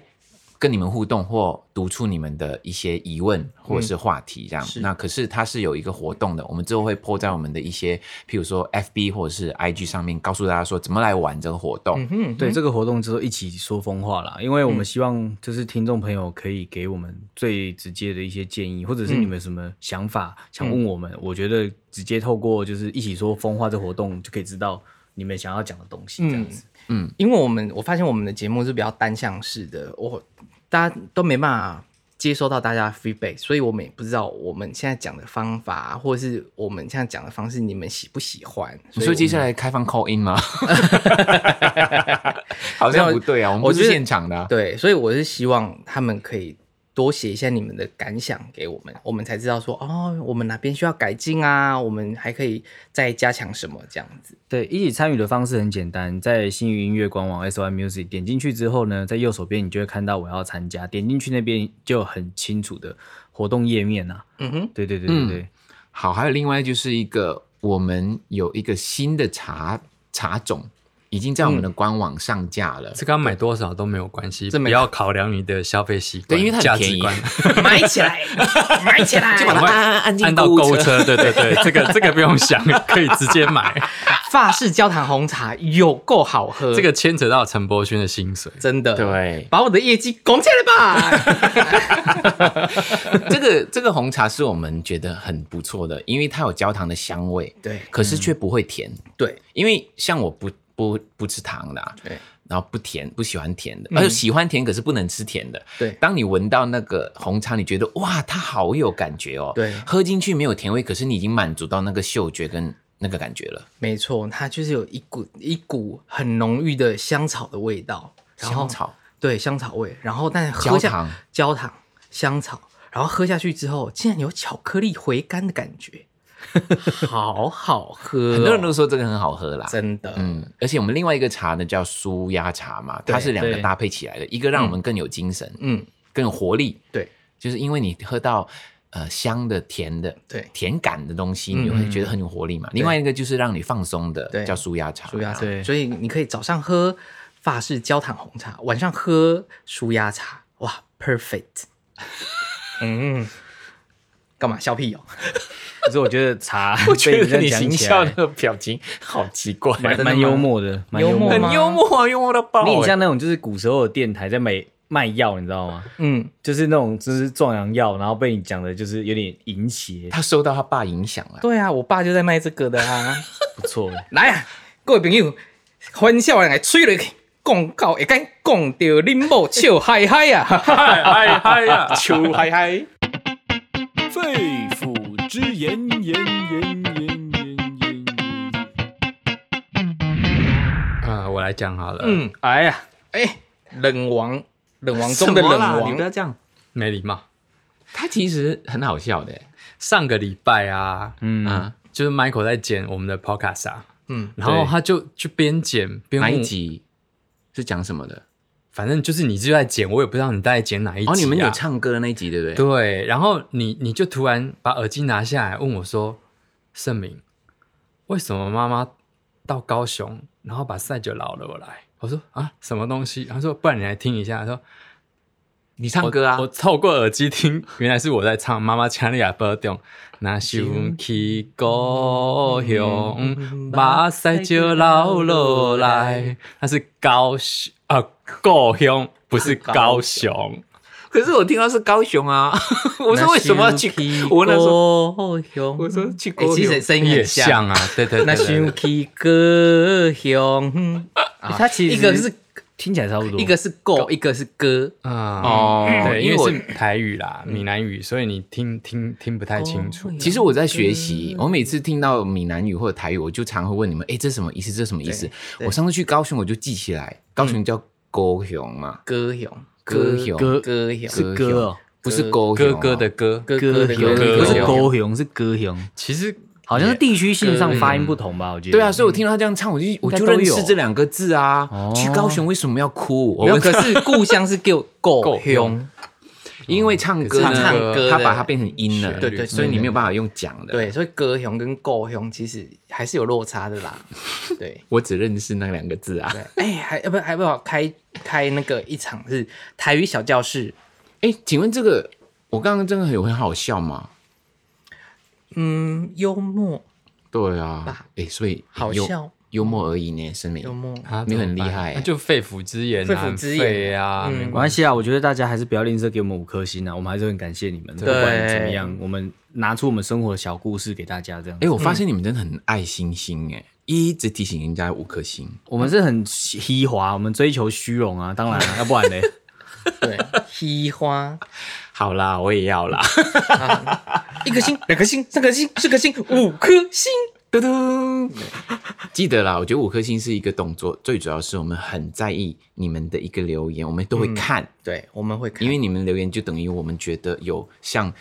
[SPEAKER 2] 跟你们互动或读出你们的一些疑问或者是话题，这样。
[SPEAKER 1] 是
[SPEAKER 2] 那可嗯是它是有一个活动的，我们之后会 po 在我们的一些，譬如说 FB 或者是 IG 上面，告诉大家说怎么来玩这个活动。
[SPEAKER 1] 嗯哼，
[SPEAKER 3] 对这个活动之后一起说风话啦，因为我们希望就是听众朋友可以给我们最直接的一些建议，或者是你们有什么想法、想问我们，我觉得直接透过就是一起说风话这活动就可以知道你们想要讲的东西，这样子。
[SPEAKER 1] 因为我们我发现我们的节目是比较单向式的，我大家都没办法接收到大家的 feedback，所以我们也不知道我们现在讲的方法，或者是我们现在讲的方式，你们喜不喜欢？
[SPEAKER 2] 所以接下
[SPEAKER 1] 来
[SPEAKER 2] 来开放 call in 吗？好像不对啊，我们不
[SPEAKER 1] 我觉
[SPEAKER 2] 是
[SPEAKER 1] 得
[SPEAKER 2] 现场的啊、
[SPEAKER 1] 对，所以我是希望他们可以多写一下你们的感想给我们，我们才知道说哦，我们哪边需要改进啊，我们还可以再加强什么这样子。
[SPEAKER 3] 对，一起参与的方式很简单，在新宇音乐官网 S Y Music 点进去之后呢，在右手边你就会看到我要参加，点进去那边就有很清楚的活动页面啊。
[SPEAKER 1] 嗯哼，
[SPEAKER 3] 对对对对对，
[SPEAKER 2] 好，还有另外就是一个，我们有一个新的茶茶种，已经在我们的官网上架了。
[SPEAKER 4] 这个要买多少都没有关系，
[SPEAKER 1] 这没
[SPEAKER 4] 不要考量你的消费习
[SPEAKER 2] 对，
[SPEAKER 4] 惯，
[SPEAKER 2] 因为它
[SPEAKER 4] 价
[SPEAKER 2] 很便
[SPEAKER 4] 值
[SPEAKER 2] 宜，
[SPEAKER 4] 观。
[SPEAKER 1] 买起来，买起来，
[SPEAKER 2] 就把它
[SPEAKER 4] 赶快
[SPEAKER 2] 按按按进
[SPEAKER 4] 按到
[SPEAKER 2] 购
[SPEAKER 4] 购
[SPEAKER 2] 物
[SPEAKER 4] 物
[SPEAKER 2] 车
[SPEAKER 4] 车，对对对，这个这个不用想， 可以直接买。
[SPEAKER 1] 法式焦糖红茶有够好喝，
[SPEAKER 4] 这个牵扯到陈柏勋的薪水，
[SPEAKER 1] 真的
[SPEAKER 2] 对，
[SPEAKER 1] 把我的业绩拱起来 吧！
[SPEAKER 2] 这个这个红茶是我们觉得很不错的，因为它有焦糖的香味，
[SPEAKER 1] 对
[SPEAKER 2] 可是
[SPEAKER 1] 嗯
[SPEAKER 2] 却不会甜。
[SPEAKER 1] 对
[SPEAKER 2] 因为像我不不不吃糖的、啊，
[SPEAKER 1] 对嗯
[SPEAKER 2] 然后不甜，不喜欢甜的，而且喜欢甜可是不能吃甜的。
[SPEAKER 1] 对
[SPEAKER 2] 当你闻到那个红茶，你觉得哇，它好有感觉哦。
[SPEAKER 1] 对
[SPEAKER 2] 喝进去没有甜味，可是你已经满足到那个嗅觉跟那个感觉了。
[SPEAKER 1] 没错，它就是有一股一股很浓郁的香草的味道，然后
[SPEAKER 2] 香草，
[SPEAKER 1] 对香草味，然后但喝
[SPEAKER 2] 焦
[SPEAKER 1] 下
[SPEAKER 2] 糖
[SPEAKER 1] 焦糖香草，然后喝下去之后，竟然有巧克力回甘的感觉，好好喝哦、
[SPEAKER 2] 很多人都说这个很好喝啦。
[SPEAKER 1] 真的，
[SPEAKER 2] 嗯，而且我们另外一个茶呢叫舒压茶嘛，
[SPEAKER 1] 对
[SPEAKER 2] 它是两个
[SPEAKER 3] 对
[SPEAKER 2] 搭配起来的，一个让我们更有精神，
[SPEAKER 1] 嗯，
[SPEAKER 2] 更有活力，
[SPEAKER 1] 对
[SPEAKER 2] 就是因为你喝到呃香的、甜的、
[SPEAKER 1] 对
[SPEAKER 2] 甜感的东西，你会觉得很有活力嘛。另外一个就是让你放松
[SPEAKER 1] 对
[SPEAKER 2] 的，叫舒压茶。
[SPEAKER 1] 舒压茶，
[SPEAKER 3] 对
[SPEAKER 1] 所以你可以早上喝法式焦糖红茶，晚上喝舒压茶，哇，perfect。嗯，干嘛笑屁哦？
[SPEAKER 3] 可是我觉得茶
[SPEAKER 2] 我
[SPEAKER 3] 被
[SPEAKER 2] 觉得
[SPEAKER 3] 人
[SPEAKER 2] 你
[SPEAKER 3] 家讲
[SPEAKER 2] 行
[SPEAKER 3] 起
[SPEAKER 2] 销
[SPEAKER 3] 来
[SPEAKER 2] 的表情好奇怪，
[SPEAKER 3] 蛮
[SPEAKER 1] 真的
[SPEAKER 3] 蛮
[SPEAKER 1] 吗
[SPEAKER 3] 幽默的，蛮幽
[SPEAKER 1] 幽
[SPEAKER 3] 默
[SPEAKER 1] 默吗
[SPEAKER 3] 的。
[SPEAKER 2] 很幽默啊，幽默到
[SPEAKER 4] 哦
[SPEAKER 2] 爆、
[SPEAKER 3] 你很
[SPEAKER 2] 欸
[SPEAKER 3] 像那种就是古时候的电台在卖卖药，你知道吗？
[SPEAKER 1] 嗯，
[SPEAKER 3] 就是那种就是壮阳药，然后被你讲的就是有点淫邪，
[SPEAKER 2] 他受到他爸影响了。
[SPEAKER 1] 对啊，我爸就在卖这个的啊。
[SPEAKER 3] 不错。
[SPEAKER 1] 来啊，各位朋友，欢笑人来吹落去，讲到会间讲到恁某笑嗨嗨啊！
[SPEAKER 4] 嗨嗨呀！
[SPEAKER 2] 秋嗨嗨，
[SPEAKER 5] 肺腑之言，言言言言言言。
[SPEAKER 4] 嗯，我来讲好了，
[SPEAKER 1] 嗯，
[SPEAKER 3] 哎呀，
[SPEAKER 1] 哎，冷王，冷王中的冷
[SPEAKER 2] 你不要
[SPEAKER 1] 王，
[SPEAKER 2] 这样。
[SPEAKER 4] 没礼貌。
[SPEAKER 2] 他其实很好笑的、欸，
[SPEAKER 4] 上个礼拜啊，
[SPEAKER 3] 嗯，
[SPEAKER 2] 啊，
[SPEAKER 4] 就是 Michael 在剪我们的 Podcast 啊，
[SPEAKER 1] 嗯，
[SPEAKER 4] 然后他就就边剪边
[SPEAKER 2] 哪
[SPEAKER 4] 问
[SPEAKER 2] 一
[SPEAKER 4] 我，
[SPEAKER 2] 集是讲什么的？
[SPEAKER 4] 反正就是你就在剪，我也不知道你在剪哪一集、啊。
[SPEAKER 2] 哦，你们有唱歌的那一集对不对？
[SPEAKER 4] 对，然后你你就突然把耳机拿下来，问我说：“盛明，为什么妈妈到高雄，然后把赛酒捞了我来？”我说：“啊，什么东西？”他说：“不然你来听一下。”他说：“
[SPEAKER 2] 你唱歌啊
[SPEAKER 4] 我！我透过耳机听，原来是我在唱《妈妈腔里亚波动》，那想起故乡，目屎就流落来。那是高雄啊，故乡不是高雄。
[SPEAKER 2] 可是我听到是高雄啊， 我说为什么要去？我那时候
[SPEAKER 1] 候，
[SPEAKER 2] 我说去高
[SPEAKER 1] 哎，
[SPEAKER 2] 雄，
[SPEAKER 1] 其实声音
[SPEAKER 4] 也
[SPEAKER 1] 很像
[SPEAKER 4] 像。啊，对对
[SPEAKER 1] 那
[SPEAKER 4] 对对
[SPEAKER 1] 想起歌雄，
[SPEAKER 3] 它其实
[SPEAKER 1] 一个是
[SPEAKER 3] 听起来差不多，
[SPEAKER 1] 一个是够，一个是歌。
[SPEAKER 4] 啊，
[SPEAKER 2] 哦，
[SPEAKER 4] 对，
[SPEAKER 2] 因
[SPEAKER 4] 因
[SPEAKER 2] 为嗯
[SPEAKER 4] 为
[SPEAKER 2] 我
[SPEAKER 4] 是台语啦，闽南语，所以你听听听不太清楚。
[SPEAKER 1] 哦
[SPEAKER 2] 其实我在学
[SPEAKER 1] 嗯
[SPEAKER 2] 习，我每次听到闽南语或者台语，我就常会问你们：哎，这什么意思？这什么意思？我上次去高雄，我就记起来，高
[SPEAKER 1] 嗯
[SPEAKER 2] 雄叫高雄嘛，
[SPEAKER 1] 歌雄，
[SPEAKER 2] 歌雄
[SPEAKER 1] 歌歌雄，
[SPEAKER 3] 是歌哦，
[SPEAKER 2] 不是高雄
[SPEAKER 4] 哥
[SPEAKER 2] 哦
[SPEAKER 4] 哥的歌，
[SPEAKER 1] 歌
[SPEAKER 3] 歌
[SPEAKER 1] 的
[SPEAKER 3] 雄
[SPEAKER 4] 歌
[SPEAKER 3] 不是
[SPEAKER 4] 雄
[SPEAKER 3] 高雄，是歌雄，
[SPEAKER 4] 其实
[SPEAKER 3] 好像是地区性上发音不同吧？我觉得
[SPEAKER 2] 对啊，所以我听到他这样唱，我就我就
[SPEAKER 3] 应该都
[SPEAKER 2] 认
[SPEAKER 3] 有
[SPEAKER 2] 识这两个字啊
[SPEAKER 3] 哦。
[SPEAKER 2] 去高雄为什么要哭？我
[SPEAKER 1] 没有，
[SPEAKER 2] 们
[SPEAKER 1] 可是故乡是叫故乡，
[SPEAKER 2] 因为唱歌
[SPEAKER 1] 可是
[SPEAKER 2] 呢，
[SPEAKER 1] 唱歌的
[SPEAKER 2] 他把它变成音了，
[SPEAKER 1] 对对
[SPEAKER 2] 所以你没有办法用讲的。，
[SPEAKER 1] 对，啊所以歌雄跟故乡其实还是有落差的 啦。对
[SPEAKER 2] 我只认识那两个字啊
[SPEAKER 1] 对。，哎，还呃不还不好开开那个一场是台语小教室，
[SPEAKER 2] 哎，请问这个我刚刚真的有很好笑吗？
[SPEAKER 1] 嗯，幽默
[SPEAKER 2] 对啊
[SPEAKER 1] 吧，
[SPEAKER 2] 哎，所以
[SPEAKER 1] 好
[SPEAKER 2] 幽
[SPEAKER 1] 笑
[SPEAKER 2] 幽默而已呢，生命
[SPEAKER 1] 幽默，
[SPEAKER 4] 啊
[SPEAKER 2] 你很厉
[SPEAKER 4] 怎么办
[SPEAKER 2] 害欸
[SPEAKER 4] 那就肺腑之言啊，
[SPEAKER 1] 肺腑之言
[SPEAKER 4] 很废啊，
[SPEAKER 1] 嗯
[SPEAKER 4] 没
[SPEAKER 3] 没
[SPEAKER 4] 关
[SPEAKER 3] 关系啊，我觉得大家还是不要吝啬给我们五颗星啊，我们还是很感谢你们，不管怎么样，我们拿出我们生活的小故事给大家，这样
[SPEAKER 2] 哎、，我
[SPEAKER 1] 嗯
[SPEAKER 2] 发现你们真的很爱星星哎、一直提醒人家五颗星。
[SPEAKER 3] 我们是很虚华，我们追求虚荣啊，当然了，要不然嘞，
[SPEAKER 1] 对，西花
[SPEAKER 2] 好啦，我也要啦。
[SPEAKER 1] 啊 一颗星，两颗星，三颗星，四颗星，五颗星。
[SPEAKER 2] 嘟嘟，记得啦，我觉得五颗星是一个动作，最主要是我们很在意你们的一个留言，我们都会看，
[SPEAKER 1] 对，我们会嗯看，
[SPEAKER 2] 因为你们留言就等于我们觉得有像。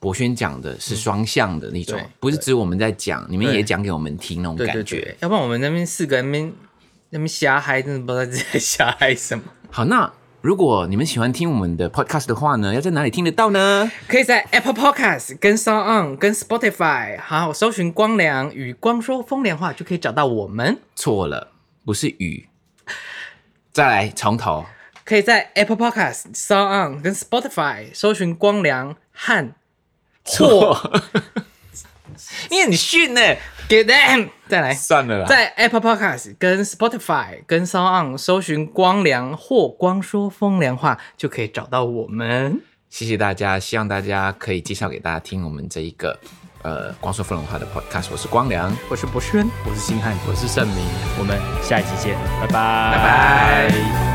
[SPEAKER 2] 博轩讲的是双向的那种，
[SPEAKER 1] 嗯对
[SPEAKER 2] 不是只有我们在讲，你们
[SPEAKER 1] 对
[SPEAKER 2] 也讲给我们听那种
[SPEAKER 1] 对
[SPEAKER 2] 感
[SPEAKER 1] 对
[SPEAKER 2] 觉。
[SPEAKER 1] 对，要不然我们那边四个人那边那边瞎嗨，真的不知道自己在瞎嗨什么。
[SPEAKER 2] 好，那如果你们喜欢听我们的 podcast 的话呢，要在哪里听得到呢？
[SPEAKER 1] 可以在 Apple Podcast、跟 Sound On、跟 Spotify，还有搜寻“光良与光说风凉话”，就可以找到我们。
[SPEAKER 2] 错了，不是雨。再来从头。
[SPEAKER 1] 可以在 Apple Podcast、Sound On 跟 Spotify 搜寻“光良”和“ 错
[SPEAKER 2] 你很逊呢、”
[SPEAKER 1] Get them，再 来。
[SPEAKER 2] 算了啦
[SPEAKER 1] 在 Apple Podcast、跟 Spotify、跟 Sound On 搜寻“光良”或“光说风凉话”，就可以找到我们。
[SPEAKER 2] 谢谢大家，希望大家可以介绍给大家听我们这一个呃光说芙蓉话的 podcast。我是光良，
[SPEAKER 1] 我是博轩。
[SPEAKER 3] 我是星汉，
[SPEAKER 4] 我是盛明。
[SPEAKER 3] 我们下一期见，拜拜，拜拜。